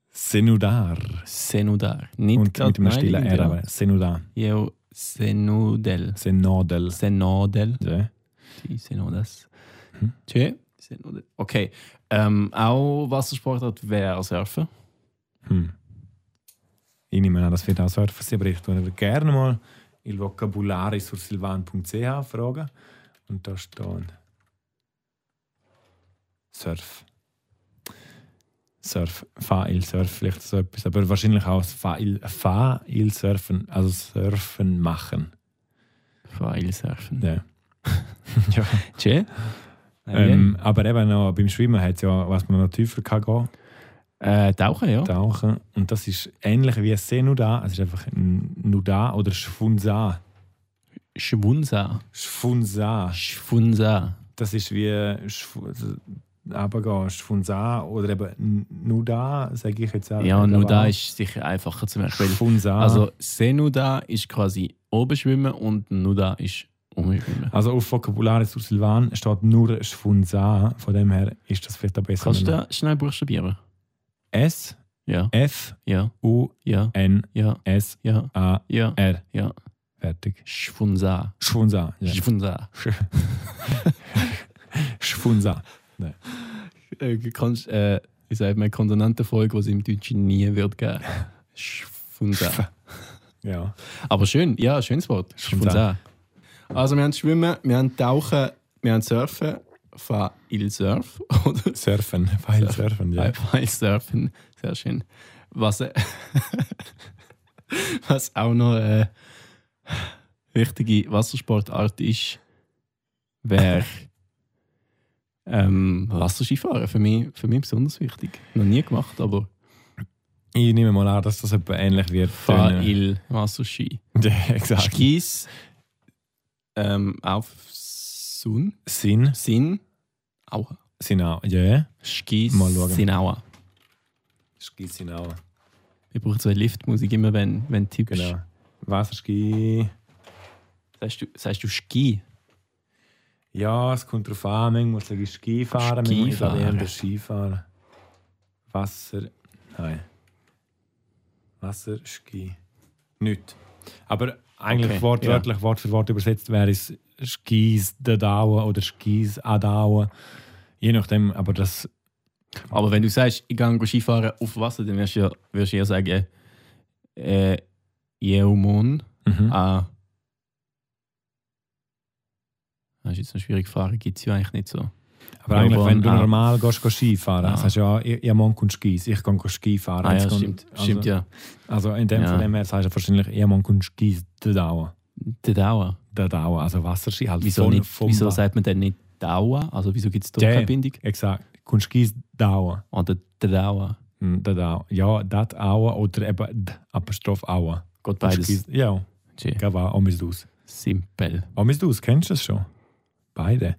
Speaker 1: Senudar.
Speaker 2: Senudar. Nicht
Speaker 1: Und mit einem stillen R. aber Senudar.
Speaker 2: Ja, Senudel.
Speaker 1: Senodel.
Speaker 2: Senodel.
Speaker 1: Ja.
Speaker 2: Die Senodas.
Speaker 1: Hm.
Speaker 2: Tschö. Senodel. Okay. Ähm, auch Wassersportart wäre Surfen.
Speaker 1: Hm. Ich nehme an, das wird auch Surfer sein, aber ich würde gerne mal il Vocabulari sur silvan.ch fragen. Und da stehen Surf. Surf, fa il surf, vielleicht so etwas, aber wahrscheinlich auch fa il, fa il surfen, also surfen machen.
Speaker 2: Weil Surfen.
Speaker 1: Ja. ja.
Speaker 2: Tschö. Ah,
Speaker 1: Ähm, aber eben noch beim Schwimmen hat es ja, was man noch tiefer kann gehen
Speaker 2: äh, tauchen, ja.
Speaker 1: tauchen. Und das ist ähnlich wie ein Senuda. Es ist einfach ein Nuda oder Schfunsa.
Speaker 2: Schwunsa.
Speaker 1: Schfunsa.
Speaker 2: Schwunsa.
Speaker 1: Das ist wie Schfu- Abgehen, Schfunsa oder eben N- Nuda, sage ich jetzt auch.
Speaker 2: Ja, nur da
Speaker 1: Aber
Speaker 2: ist sicher einfacher zu merken. weil-
Speaker 1: Schfunsa. Also,
Speaker 2: Also Senuda ist quasi oben schwimmen und Nuda ist unten schwimmen.
Speaker 1: also auf Vokabularis aus Silvan steht nur Schfunsa. Von dem her ist das vielleicht auch besser.
Speaker 2: Kannst du da schnell buchstabieren?
Speaker 1: S,
Speaker 2: Ja,
Speaker 1: F,
Speaker 2: ja,
Speaker 1: U,
Speaker 2: ja,
Speaker 1: N,
Speaker 2: ja,
Speaker 1: S,
Speaker 2: ja,
Speaker 1: A,
Speaker 2: ja.
Speaker 1: R.
Speaker 2: Ja.
Speaker 1: Fertig.
Speaker 2: Schwunsa.
Speaker 1: Schfunsa. Ja.
Speaker 2: Schwunsa.
Speaker 1: Schfunsa.
Speaker 2: Äh, kannst, äh, ich sage mal Konsonantenfolge, was es im Deutschen nie wird geben. Schwunsa.
Speaker 1: Ja.
Speaker 2: Aber schön, ja, schönes Wort.
Speaker 1: Schwunsa.
Speaker 2: Schwunsa. Also wir haben Schwimmen, wir haben Tauchen, wir haben Surfen. Fa il Surf oder
Speaker 1: Surfen. Weil Surfen, ja.
Speaker 2: Weil Surfen, sehr schön. Was, äh, was auch noch eine wichtige Wassersportart ist, wäre ähm, Wasserskifahren. Für mich, für mich besonders wichtig. Noch nie gemacht, aber
Speaker 1: Ich nehme mal an, dass das etwa ähnlich wird.
Speaker 2: Fail Wasserski.
Speaker 1: Ja, exakt.
Speaker 2: Skis ähm, auf Sun,
Speaker 1: Sinn.
Speaker 2: Sin, Aua.
Speaker 1: Sinau. Ja.
Speaker 2: Skis,
Speaker 1: Mal schauen.
Speaker 2: Sinaua.
Speaker 1: Skis Sinau.
Speaker 2: Wir brauchen so eine Liftmusik immer, wenn, wenn du tippst.
Speaker 1: Genau. Wasserski.
Speaker 2: Sagst, du, sagst du Ski?
Speaker 1: Ja, es kommt drauf an. Manchmal sage ich Skifahren,
Speaker 2: Skifahren.
Speaker 1: manchmal sage ich Skifahren. Wasser. Nein. Wasserski. Nicht. Aber eigentlich
Speaker 2: Okay,
Speaker 1: wortwörtlich, Wort für Wort übersetzt wäre es Skis da Dauer oder Skis adauen. Je nachdem, aber das.
Speaker 2: Aber wenn du sagst, ich gehe Skifahren auf Wasser, dann wirst du ja, wirst du ja sagen, äh, Jeumon.
Speaker 1: Mhm.
Speaker 2: Ah. Das ist jetzt noch schwierig. Fahren gibt es ja eigentlich nicht so.
Speaker 1: Ah, Aber eigentlich,
Speaker 2: aber
Speaker 1: wenn du
Speaker 2: auch-
Speaker 1: normal gehst, gehst Skifahren,
Speaker 2: Ah.
Speaker 1: sagst du ja, ich, ich mag Skis, ich gehe Skifahren.
Speaker 2: Ah,
Speaker 1: Jetzt
Speaker 2: ja,
Speaker 1: gehen-
Speaker 2: stimmt.
Speaker 1: also-
Speaker 2: Stimmt, ja.
Speaker 1: Also in dem
Speaker 2: Ja.
Speaker 1: von dem her sagst du wahrscheinlich, ja, man kann Skis da dauern.
Speaker 2: Der Dauer.
Speaker 1: Da dauern. Also Wasserski halt
Speaker 2: Wieso,
Speaker 1: voll
Speaker 2: nicht,
Speaker 1: vom
Speaker 2: wieso
Speaker 1: Wa-
Speaker 2: sagt man denn nicht Dauer? Also, wieso gibt es da
Speaker 1: Der.
Speaker 2: keine Bindung?
Speaker 1: Exakt. Kannst Skis dauern.
Speaker 2: Oder der Dauer.
Speaker 1: Hm, Da dauern. Ja, dat aua oder eben d Apostroph aua. Kannst
Speaker 2: Geht beides.
Speaker 1: Skis- Ja,
Speaker 2: Tschä.
Speaker 1: gava, omis dus.
Speaker 2: Simpel.
Speaker 1: Omis dus, kennst du das schon? Beide.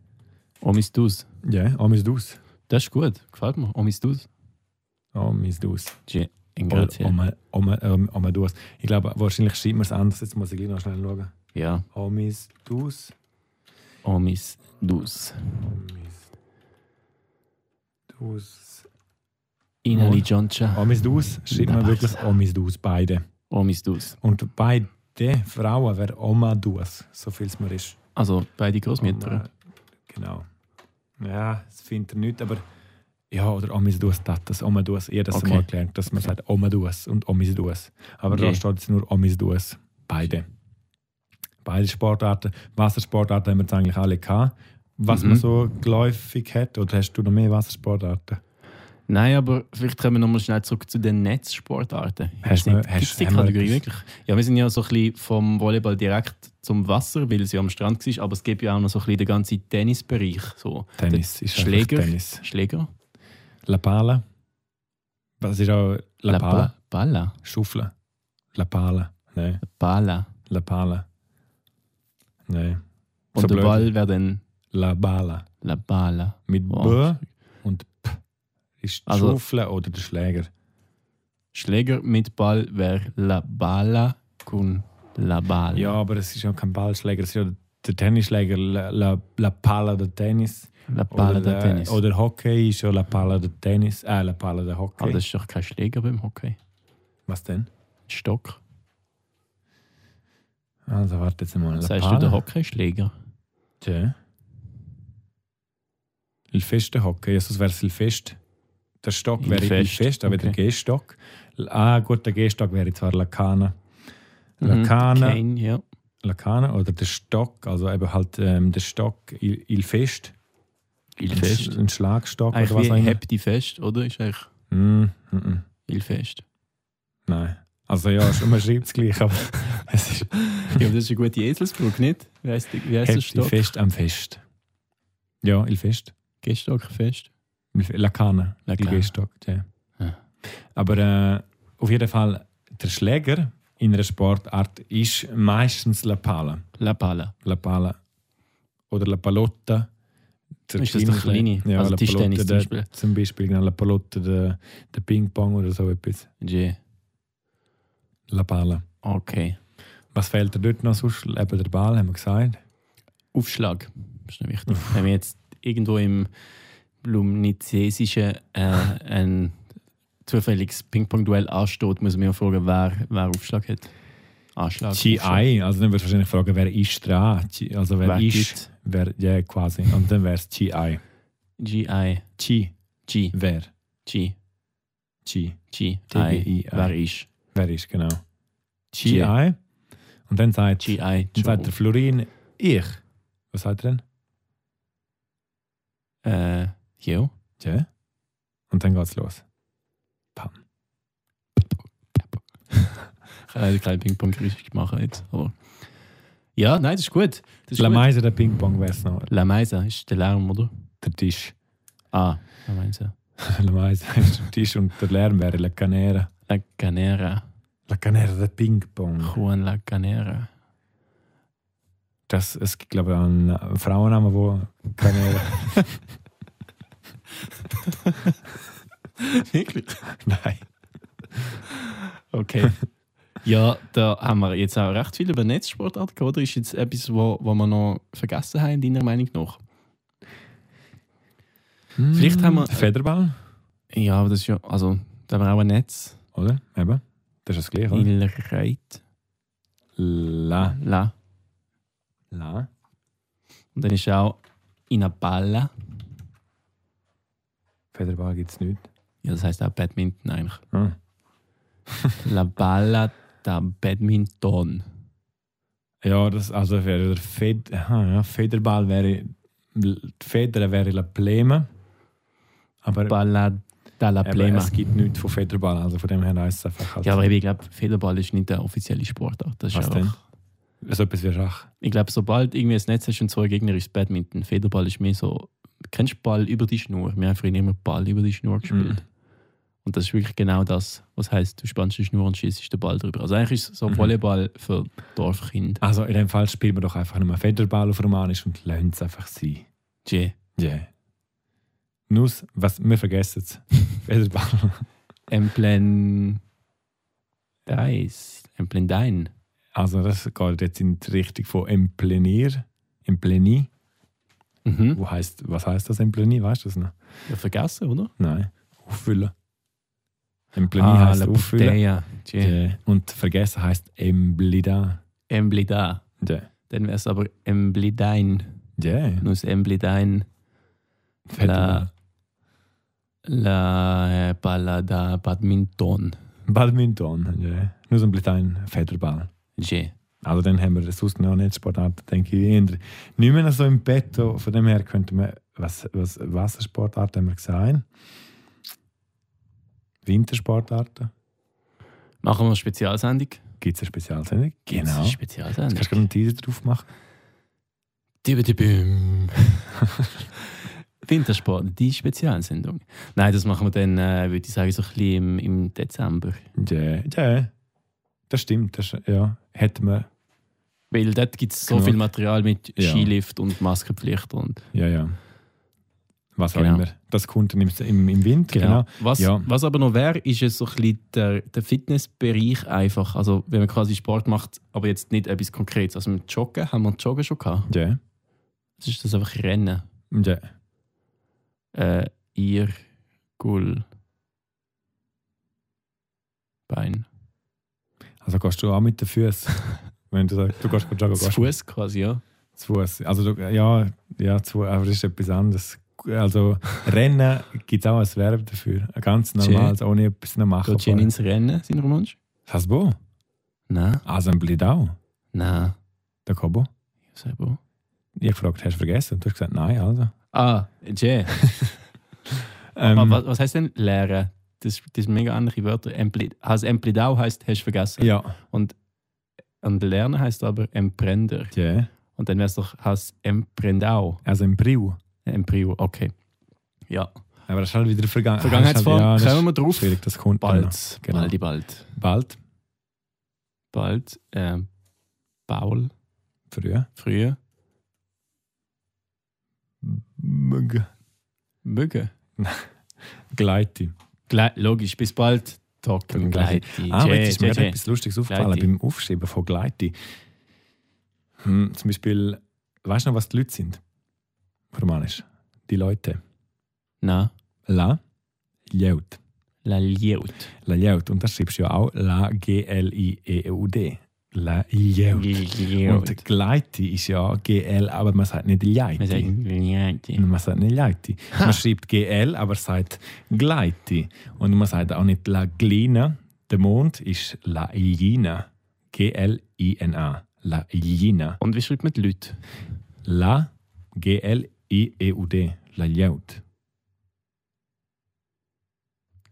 Speaker 2: Omis dus.
Speaker 1: Ja, omis dus.
Speaker 2: Das ist gut. Gefällt mir. Omis dus.
Speaker 1: Omis dus.
Speaker 2: Tschä. In
Speaker 1: Oder
Speaker 2: Grazia.
Speaker 1: Oma- Oma- ähm, Oma dus. Ich glaube, wahrscheinlich schreibt man es anders. Jetzt muss ich gleich noch schnell schauen.
Speaker 2: Ja.
Speaker 1: Omis dus.
Speaker 2: Omis dus.
Speaker 1: Omis dus.
Speaker 2: Inali
Speaker 1: Ja.
Speaker 2: Joncia.
Speaker 1: Omis dus schreibt man wirklich Omis dus, beide.
Speaker 2: Omis dus.
Speaker 1: Und beide Frauen wäre Oma dus, so viel es mir ist.
Speaker 2: Also, beide Großmütter.
Speaker 1: Oma, Genau. Ja, das findet er nicht, aber ja, oder Omis dus dat, das Oma dus. Ich habe das
Speaker 2: Okay.
Speaker 1: mal gelernt, dass man sagt Oma dus und Omis dus. Aber da
Speaker 2: Okay.
Speaker 1: steht jetzt nur Omis dus, beide. Beide Sportarten, Wassersportarten haben wir jetzt eigentlich alle gehabt. Was
Speaker 2: Mhm.
Speaker 1: man so geläufig hat, oder hast du noch mehr Wassersportarten?
Speaker 2: Nein, aber vielleicht kommen wir nochmal schnell zurück zu den Netzsportarten. Ich
Speaker 1: Hast
Speaker 2: weiß nicht,
Speaker 1: du- hast-
Speaker 2: gibt's die
Speaker 1: haben wir
Speaker 2: Kategorie
Speaker 1: etwas?
Speaker 2: wirklich? Ja, wir sind ja so ein bisschen vom Volleyball direkt zum Wasser, weil es ja am Strand war, aber es gibt ja auch noch so ein bisschen den ganzen Tennisbereich. So.
Speaker 1: Tennis ist einfach
Speaker 2: Schläger.
Speaker 1: Tennis.
Speaker 2: Der Schläger,
Speaker 1: La Pala. Was ist auch La,
Speaker 2: La
Speaker 1: Pala?
Speaker 2: Ba- Balla,
Speaker 1: Schaufeln. La Pala. Nein,
Speaker 2: Balla.
Speaker 1: La Pala. Nein.
Speaker 2: Und
Speaker 1: So
Speaker 2: der
Speaker 1: blöd.
Speaker 2: Ball wäre dann
Speaker 1: La Bala.
Speaker 2: La Balla.
Speaker 1: Mit
Speaker 2: Wow.
Speaker 1: B und P ist die
Speaker 2: Oh. Also-
Speaker 1: Schaufel oder der Schläger.
Speaker 2: Schläger mit Ball wäre La Balla con La Balla.
Speaker 1: Ja, aber es ist ja kein Ballschläger, es ist ja der Tennisschläger, La, la, la Pala de Tennis.
Speaker 2: La Balla
Speaker 1: oder,
Speaker 2: der Tennis.
Speaker 1: Oder Hockey ist ja La Pala de Tennis. Äh, La Pala de Hockey.
Speaker 2: Aber das ist doch kein Schläger beim Hockey.
Speaker 1: Was denn?
Speaker 2: Stock.
Speaker 1: Also warte jetzt mal. La
Speaker 2: Sagst
Speaker 1: Pala.
Speaker 2: du der Hockeyschläger?
Speaker 1: Ja. Silvester Hockey, sonst wäre Silvest. Der Stock wäre
Speaker 2: Ilfest,
Speaker 1: Ilfest, aber der
Speaker 2: okay.
Speaker 1: Gehstock. Ah, gut, der Gehstock wäre zwar Lakana.
Speaker 2: Mhm,
Speaker 1: Lakana,
Speaker 2: Kane, ja.
Speaker 1: Lakana oder der Stock, also eben halt ähm, der Stock Il- Ilfest. Ein
Speaker 2: Ilfest.
Speaker 1: Sch- Ein Schlagstock
Speaker 2: Eigentlich
Speaker 1: oder was
Speaker 2: wie
Speaker 1: auch immer.
Speaker 2: Happy Fest, oder? Ist eigentlich
Speaker 1: Mm, mm, mm,
Speaker 2: viel Fest.
Speaker 1: nein. Also ja, schon, man schreibt es gleich, aber es ist
Speaker 2: Ja, aber das ist eine gute Eselsbrücke, nicht? Wie heißt, wie heisst der
Speaker 1: Happy
Speaker 2: Stock?
Speaker 1: Fest am Fest. Ja, Ilfest.
Speaker 2: Gestockfest.
Speaker 1: Lakana,
Speaker 2: Lakana.
Speaker 1: die Gehstock. Ja.
Speaker 2: Ja.
Speaker 1: Aber äh, auf jeden Fall, der Schläger in einer Sportart ist meistens La Pala.
Speaker 2: La Pala.
Speaker 1: La Pala oder La Palotta. Der
Speaker 2: Ist das der kleine?
Speaker 1: Ja,
Speaker 2: Also
Speaker 1: La Palotta,
Speaker 2: Tischtennis zum
Speaker 1: der-
Speaker 2: Beispiel.
Speaker 1: Zum Beispiel, genau, La Palotta, der, der Ping-Pong oder so etwas.
Speaker 2: Je.
Speaker 1: La Pala.
Speaker 2: Okay.
Speaker 1: Was fehlt dir dort noch sonst? Eben der Ball, haben wir gesagt.
Speaker 2: Aufschlag. Ist noch wichtig. Wenn wir jetzt irgendwo im Lumnizesischen äh, ein zufälliges Ping-Pong-Duell ansteht, muss man ja fragen, wer, wer Aufschlag hat. Anschlag. Aufschlag.
Speaker 1: GI, also dann würdest du wahrscheinlich fragen, wer ist dran? G- Also wer,
Speaker 2: Wer
Speaker 1: ist,
Speaker 2: gibt?
Speaker 1: wer, ja quasi. Und dann wäre es GI.
Speaker 2: G-I.
Speaker 1: G,
Speaker 2: G.
Speaker 1: wer?
Speaker 2: G.
Speaker 1: G.
Speaker 2: G. I.
Speaker 1: G-I.
Speaker 2: Wer ist?
Speaker 1: Wer ist, genau. GI. Und dann sagt,
Speaker 2: G.
Speaker 1: dann
Speaker 2: I.
Speaker 1: sagt der Florin, ich. Was sagt er denn?
Speaker 2: Äh, jo.
Speaker 1: Ja. Und dann geht's los.
Speaker 2: Ich habe kein Ping-Pong richtig machen jetzt. Aber ja, nein, das ist gut. Das ist
Speaker 1: La
Speaker 2: gut.
Speaker 1: Meise oder Ping-Pong wär's noch.
Speaker 2: La Meisa ist der Lärm, oder?
Speaker 1: Der Tisch.
Speaker 2: Ah, La Meisa.
Speaker 1: La Meise ist der Tisch und der Lärm wäre La Canera.
Speaker 2: La Canera.
Speaker 1: La Canera, der Ping-Pong.
Speaker 2: Juan La Canera.
Speaker 1: Das, es gibt, glaube ich, auch einen Frauennamen, wo Canera.
Speaker 2: Wirklich?
Speaker 1: Nein.
Speaker 2: Okay. Ja, da haben wir jetzt auch recht viel über Netzsportarten gehabt, oder? Ist jetzt etwas, wo, wo wir noch vergessen haben, deiner Meinung nach? Hm. Vielleicht haben wir-
Speaker 1: Federball,
Speaker 2: Ja, aber das ist ja, also, da haben wir auch ein Netz.
Speaker 1: oder? Eben. Das ist das Gleiche, oder?
Speaker 2: Ilreit.
Speaker 1: La.
Speaker 2: Ah, La.
Speaker 1: La.
Speaker 2: Und dann ist auch Inaballa.
Speaker 1: Federball gibt es nicht.
Speaker 2: Ja, das heißt auch Badminton eigentlich.
Speaker 1: Ah.
Speaker 2: La Balla da Badminton.
Speaker 1: Ja, das, also wäre der Fed, aha, ja, Federball wäre. Die Feder wäre La Plema. Aber,
Speaker 2: Balla da la
Speaker 1: aber
Speaker 2: Plema.
Speaker 1: es gibt nichts von Federball, also von dem her heisst es einfach. Halt,
Speaker 2: Ja, aber eben, ich glaube, Federball ist nicht der offizielle Sportart. Das ist
Speaker 1: Was
Speaker 2: einfach,
Speaker 1: denn? so etwas wie Schach.
Speaker 2: Ich glaube, sobald irgendwie ein Netz hast und zwei Gegner ist Badminton. Federball ist mehr so, kennst du Ball über die Schnur? Wir haben früher immer Ball über die Schnur gespielt.
Speaker 1: Mhm.
Speaker 2: Und das ist wirklich genau das, was heißt, du spannst die Schnur und schießt den Ball drüber. Also eigentlich ist es so
Speaker 1: Mhm.
Speaker 2: Volleyball für Dorfkind.
Speaker 1: Also in dem Fall spielt man doch einfach nur Federball auf Romanisch und lernt es einfach sein.
Speaker 2: J.
Speaker 1: Yeah. Nus, was, wir vergessen es. Federball.
Speaker 2: Emplen. Deis. Emplen dein.
Speaker 1: Also das geht jetzt in die Richtung von Emplenier, Empleni.
Speaker 2: Mhm.
Speaker 1: Wo heisst, was heißt das Empleni? Weißt du das noch?
Speaker 2: Ja, vergessen, oder?
Speaker 1: Nein. Auffüllen. Empleni
Speaker 2: Ah,
Speaker 1: heißt auffüllen.
Speaker 2: Bouteille. J.
Speaker 1: Ja. Und vergessen heißt Emblida.
Speaker 2: Emblida.
Speaker 1: Ja.
Speaker 2: Dann wäre es aber Emblidein.
Speaker 1: Ja.
Speaker 2: Nus Emblidein.
Speaker 1: Federball.
Speaker 2: La äh, Ballada Badminton.
Speaker 1: Badminton. Ja. Nur so ein bisschen Federball.
Speaker 2: J.
Speaker 1: Also dann haben wir sonst noch nicht Sportarten, denke ich, eher nicht mehr so im Bett. Von dem her könnte man, was, was Wassersportarten haben wir gesehen? Wintersportarten?
Speaker 2: Machen wir eine Spezialsendung?
Speaker 1: Gibt es eine Spezialsendung?
Speaker 2: Gibt's
Speaker 1: Genau.
Speaker 2: Eine
Speaker 1: Jetzt
Speaker 2: Spezialsendung.
Speaker 1: kannst du gerade einen Teaser drauf machen.
Speaker 2: Dibidibim. Wintersport, die Spezialsendung. Nein, das machen wir dann, äh, würde ich sagen, so ein bisschen im, im Dezember.
Speaker 1: Ja, ja. Das stimmt. Das, ja. Hätten wir.
Speaker 2: Weil dort gibt es so
Speaker 1: Genug.
Speaker 2: viel Material mit
Speaker 1: Genau. Ja.
Speaker 2: Skilift und Maskenpflicht und
Speaker 1: Ja, ja. Was
Speaker 2: Genau.
Speaker 1: auch immer. Das kommt dann im, im, im Winter. Genau.
Speaker 2: Was,
Speaker 1: Ja.
Speaker 2: was aber noch wäre, ist jetzt so ein bisschen der, der Fitnessbereich einfach. Also wenn man quasi Sport macht, aber jetzt nicht etwas Konkretes. Also mit Joggen haben wir Joggen schon gehabt.
Speaker 1: Ja.
Speaker 2: Das ist das einfach Rennen.
Speaker 1: genau. Ja.
Speaker 2: Äh, ihr Gull Bein.
Speaker 1: Also gehst du auch mit den Füßen. Wenn du sagst, du gehst gut joggen,
Speaker 2: Zu
Speaker 1: gehst
Speaker 2: Fuß quasi, ja.
Speaker 1: Zu Fuß. Also, du- ja, ja zu, aber das ist etwas anderes. Also, Rennen gibt es auch als Verb dafür. Ein Ganz normal, ohne etwas zu machen.
Speaker 2: Geht ihr ins Rennen, sind Romansch?
Speaker 1: Hast du?
Speaker 2: Nein.
Speaker 1: Also, ein Blidau,
Speaker 2: Nein.
Speaker 1: der Kobo.
Speaker 2: Selber.
Speaker 1: Ich habe gefragt, hast du vergessen? Du hast gesagt, nein, also.
Speaker 2: Ah, Jay.
Speaker 1: Ähm,
Speaker 2: Aber was, was heißt denn lehren? Das, das sind mega ähnliche Wörter. Empli, also Emplidau heißt, hast du vergessen.
Speaker 1: Ja,
Speaker 2: Und lernen heißt aber Emprender.
Speaker 1: ja.
Speaker 2: Und dann wäre es doch, heißt Emprendau.
Speaker 1: Also, ein Priu.
Speaker 2: Emprio, okay. Ja.
Speaker 1: Aber das ist halt wieder Vergangenheit.
Speaker 2: Vergangenheitsform,
Speaker 1: Ja, das
Speaker 2: kommen
Speaker 1: ist
Speaker 2: wir drauf.
Speaker 1: schwierig, das kommt dann noch.
Speaker 2: Bald.
Speaker 1: Genau.
Speaker 2: Baldi, bald.
Speaker 1: Bald,
Speaker 2: Bald. Ähm, Paul,
Speaker 1: früher.
Speaker 2: früher.
Speaker 1: Möge.
Speaker 2: Mögen.
Speaker 1: Gleiti.
Speaker 2: Gle logisch, bis bald.
Speaker 1: Dann
Speaker 2: Talking.
Speaker 1: gleich.
Speaker 2: Gleiti.
Speaker 1: Ah, aber
Speaker 2: Jay,
Speaker 1: jetzt ist
Speaker 2: Jay,
Speaker 1: mir gerade
Speaker 2: Jay.
Speaker 1: etwas Lustiges aufgefallen
Speaker 2: Gleiti.
Speaker 1: beim Aufschreiben von Gleiti. Hm, zum Beispiel, weißt du noch, was die Leute sind? Romanisch. Die Leute.
Speaker 2: Na,
Speaker 1: La Leut.
Speaker 2: la Lieut.
Speaker 1: La Leut. Und das schreibst du ja auch La G-L-I-E-U-D. E La Leut. Und
Speaker 2: Lieut.
Speaker 1: Gleiti ist ja GL, aber man sagt nicht
Speaker 2: Man sagt
Speaker 1: Leiti.
Speaker 2: Lieut.
Speaker 1: Man sagt nicht Leiti.
Speaker 2: Ah.
Speaker 1: Man schreibt GL, aber sagt Gleiti. Und man sagt auch nicht La Glina. Der Mond ist La Glina. G-L-I-N-A. La Glina.
Speaker 2: Und wie schreibt man die Leute?
Speaker 1: La G-L-I-E-U-D. E La Ljaut.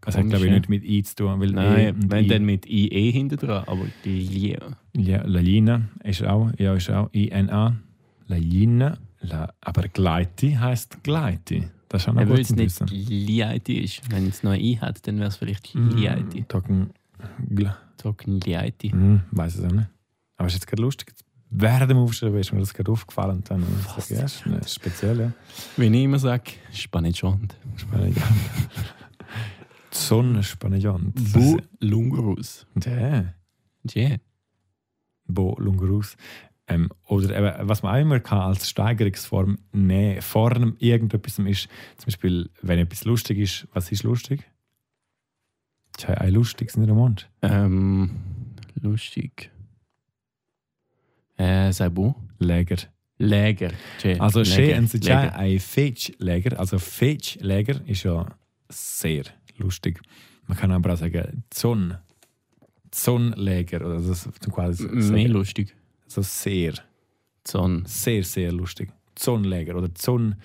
Speaker 1: Das hat, glaube ich,
Speaker 2: Komisch,
Speaker 1: nicht mit I zu tun. Weil e
Speaker 2: Nein,
Speaker 1: und
Speaker 2: wenn
Speaker 1: I.
Speaker 2: dann mit IE hinten dran, aber die
Speaker 1: Ja, La Lina ist auch, ja, ist auch I-N-A. La Lina. La, aber Gleiti heißt Gleiti. Das ist auch noch
Speaker 2: Wenn
Speaker 1: gut
Speaker 2: es
Speaker 1: zu
Speaker 2: nicht
Speaker 1: wissen.
Speaker 2: Lieit ist, wenn es noch ein I hat, dann wäre es vielleicht
Speaker 1: Mhm.
Speaker 2: Lieit.
Speaker 1: Mm. Talking Gla.
Speaker 2: Talking Lieit.
Speaker 1: Hm, weiß es auch nicht. Aber es ist jetzt gerade lustig. Jetzt Während dem Aufschreiben ist mir das gerade aufgefallen. Und dann
Speaker 2: Was?
Speaker 1: ja, ist eine spezielle.
Speaker 2: Wenn ich immer sage, spannend schon.
Speaker 1: Spannend. Sonnenspaniant.
Speaker 2: Bu Lungerus.
Speaker 1: Der.
Speaker 2: Yeah.
Speaker 1: Bo Lungerus. Ähm, oder eben, was man auch immer kann als Steigerungsform nehmen vorne irgendetwas ist, zum Beispiel, wenn etwas lustig ist, was ist lustig? Ich habe ein lustiges in der Mund.
Speaker 2: Ähm, lustig. Äh, sei bu.
Speaker 1: Läger.
Speaker 2: Läger. Tje.
Speaker 1: Also schön,
Speaker 2: Läger.
Speaker 1: und sie
Speaker 2: Läger.
Speaker 1: ein Fetch-Läger. Also Fetch-Läger ist ja sehr lustig. Man kann aber auch sagen Zon. Zonläger. Oder das ist quasi so-
Speaker 2: Mehr lustig.
Speaker 1: so sehr,
Speaker 2: Zon.
Speaker 1: sehr, sehr lustig. Zonläger oder Zon,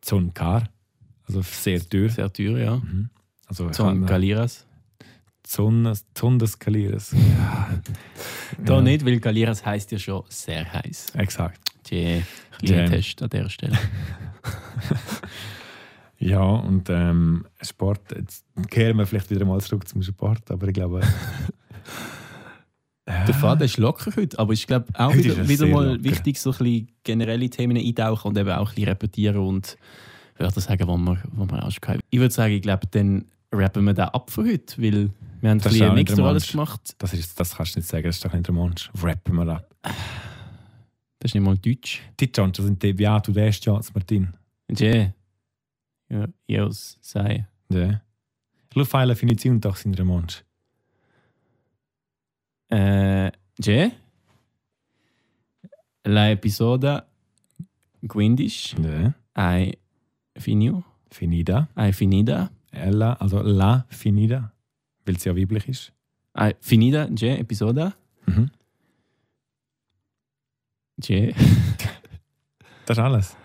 Speaker 1: Zonkar. Also sehr teuer.
Speaker 2: Sehr teuer, ja.
Speaker 1: Also
Speaker 2: Zon Galiras.
Speaker 1: Zon, Zon des Kalieres.
Speaker 2: Da nicht, weil Galiras heißt ja schon sehr heiß.
Speaker 1: Exakt.
Speaker 2: Tje. Kleiner
Speaker 1: Tje.
Speaker 2: Test an der Stelle.
Speaker 1: Ja, und ähm, Sport, jetzt kehren wir vielleicht wieder mal zurück zum Sport, aber ich glaube,
Speaker 2: Der Faden ist locker heute, aber ich glaube auch
Speaker 1: Heute ist
Speaker 2: wieder,
Speaker 1: er
Speaker 2: wieder
Speaker 1: sehr
Speaker 2: mal
Speaker 1: locker.
Speaker 2: wichtig, so ein bisschen generelle Themen eintauchen und eben auch ein bisschen repetieren und Wörter sagen, die wir, die wir auch schon hatten. Ich würde sagen, ich glaube, dann rappen wir den ab für heute, weil wir haben ein
Speaker 1: Das ist
Speaker 2: bisschen
Speaker 1: auch
Speaker 2: einen Mix
Speaker 1: nicht
Speaker 2: durch alles
Speaker 1: dramatisch.
Speaker 2: gemacht.
Speaker 1: das, ist, das kannst du nicht sagen, das ist doch nicht der Mensch. Rappen wir ab.
Speaker 2: Das ist nicht mal Deutsch.
Speaker 1: Die Chance das sind die, ja, du wärst ja, Martin.
Speaker 2: Je. Ja, Jos, sei.
Speaker 1: Ja. Lufeile Finition, doch sind der Mensch.
Speaker 2: Äh, je. La episoda quindish
Speaker 1: Ja.
Speaker 2: hai finio,
Speaker 1: Finida.
Speaker 2: hai finida.
Speaker 1: Ella, also la finida, weil es ja weiblich ist.
Speaker 2: Ah, finita, c'è episoda.
Speaker 1: Mhm.
Speaker 2: C'è.
Speaker 1: Das ist alles.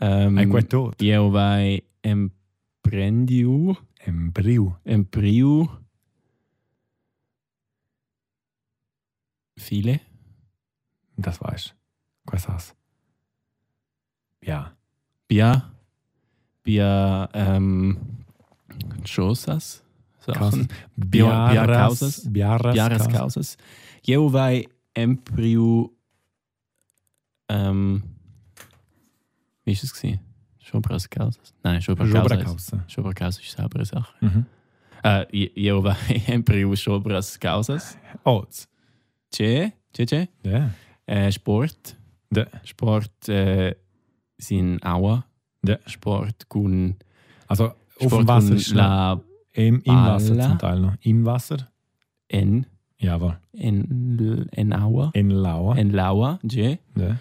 Speaker 2: Um,
Speaker 1: Ein guter Tod.
Speaker 2: Io vai emprendiu,
Speaker 1: Embryo.
Speaker 2: empriu. Viele.
Speaker 1: Das weißt du. Quasas. Ja.
Speaker 2: Pia. Pia. Ähm, Chosas. Sachen. Bia- Bia causas?
Speaker 1: Biaras.
Speaker 2: Piaras
Speaker 1: causas.
Speaker 2: causas. Io vai empriu. Ähm, wie ist es gesehen? Schobras causas? Nein, Schobras
Speaker 1: Jobra
Speaker 2: causas.
Speaker 1: causa.
Speaker 2: Schobra causas ist eine saubere Sache.
Speaker 1: Mhm.
Speaker 2: Äh, je- Io vai empriu Schobras causas.
Speaker 1: Oats.
Speaker 2: C'è, c'è, c'è.
Speaker 1: Ja.
Speaker 2: Äh, Sport.
Speaker 1: De.
Speaker 2: Sport äh, sind Aua.
Speaker 1: De.
Speaker 2: Sport kun.
Speaker 1: Also auf
Speaker 2: Sport
Speaker 1: dem Wasser ist
Speaker 2: kun la
Speaker 1: Im, Im Wasser
Speaker 2: Alla.
Speaker 1: zum Teil noch. Im Wasser.
Speaker 2: en.
Speaker 1: Jawohl.
Speaker 2: En, en Aua.
Speaker 1: In Laua.
Speaker 2: En Laua. C'è.
Speaker 1: Ja.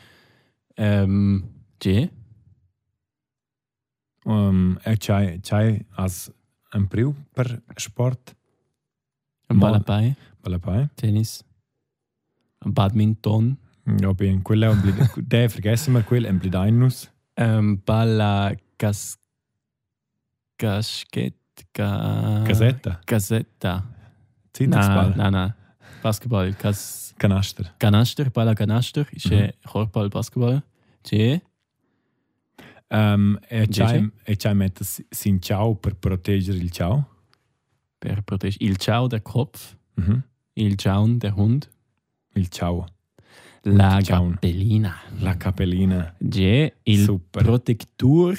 Speaker 2: Ähm, c'è.
Speaker 1: Um, äh, Chai, Chai als Embryo per Sport. Mal-
Speaker 2: Balapai.
Speaker 1: Balapei.
Speaker 2: Tennis. Badminton.
Speaker 1: Ja, bei Quella und Blid- Den vergessen wir, Quella und Blidinus.
Speaker 2: Ähm, Balla Gas Gasket Ga
Speaker 1: Casetta.
Speaker 2: Gazetta. Nein,
Speaker 1: Zeitungsball.
Speaker 2: nein, nein. Basketball. Gas
Speaker 1: Kanaster.
Speaker 2: Kanaster, Balla Kanaster ist
Speaker 1: Mhm.
Speaker 2: äh, Korbball, Basketball. Je.
Speaker 1: Um, e
Speaker 2: Dice?
Speaker 1: c'hai, e c'hai mette sin ciao per proteggere il ciao.
Speaker 2: Per Protest. Il Ciao, der Kopf.
Speaker 1: Mhm.
Speaker 2: Il Ciao, der Hund.
Speaker 1: Il ciao.
Speaker 2: La
Speaker 1: Il ciaun.
Speaker 2: Gabbellina.
Speaker 1: La capellina.
Speaker 2: Je. Il
Speaker 1: Super.
Speaker 2: Protectur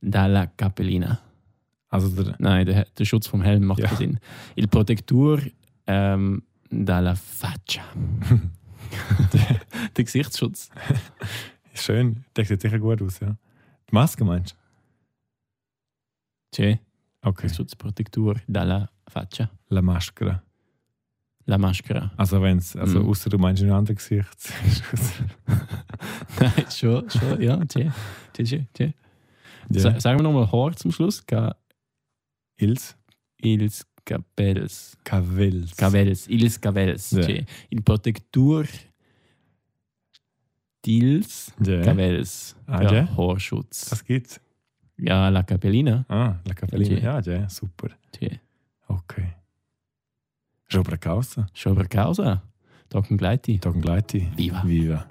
Speaker 2: della Cappellina.
Speaker 1: also der,
Speaker 2: Nein, der, der Schutz vom Helm macht
Speaker 1: Ja.
Speaker 2: keinen Sinn. Il Protectur ähm, della Faccia. der, der Gesichtsschutz.
Speaker 1: schön, der sieht sicher gut aus, ja. Die Maske meinst
Speaker 2: Je.
Speaker 1: du? Okay.
Speaker 2: Schutz, Protectur della Faccia.
Speaker 1: La maschera.
Speaker 2: La Maschera.
Speaker 1: Also wenn's, also
Speaker 2: Mhm.
Speaker 1: außer du meinst ein anderes Gesicht.
Speaker 2: Nein, schon, schon, ja, tje, tje, tje, tje. Sa
Speaker 1: ja.
Speaker 2: Sagen wir nochmal Haar zum Schluss. Ga
Speaker 1: Ils
Speaker 2: ils Capels.
Speaker 1: Cavels.
Speaker 2: Cavels, ils Cavels.
Speaker 1: Ja.
Speaker 2: tje. Il Protectur d'ils
Speaker 1: Ja.
Speaker 2: Cavels.
Speaker 1: Ah,
Speaker 2: der
Speaker 1: ja.
Speaker 2: Haarschutz.
Speaker 1: Das gibt's.
Speaker 2: Ja, La Capellina.
Speaker 1: Ah, la capellina.
Speaker 2: Ja.
Speaker 1: Ja, ja, super.
Speaker 2: tje.
Speaker 1: Okay. Jobra causa.
Speaker 2: Schon über Causa. Docken Gleiti.
Speaker 1: Tagen Gleiti.
Speaker 2: Viva.
Speaker 1: Viva.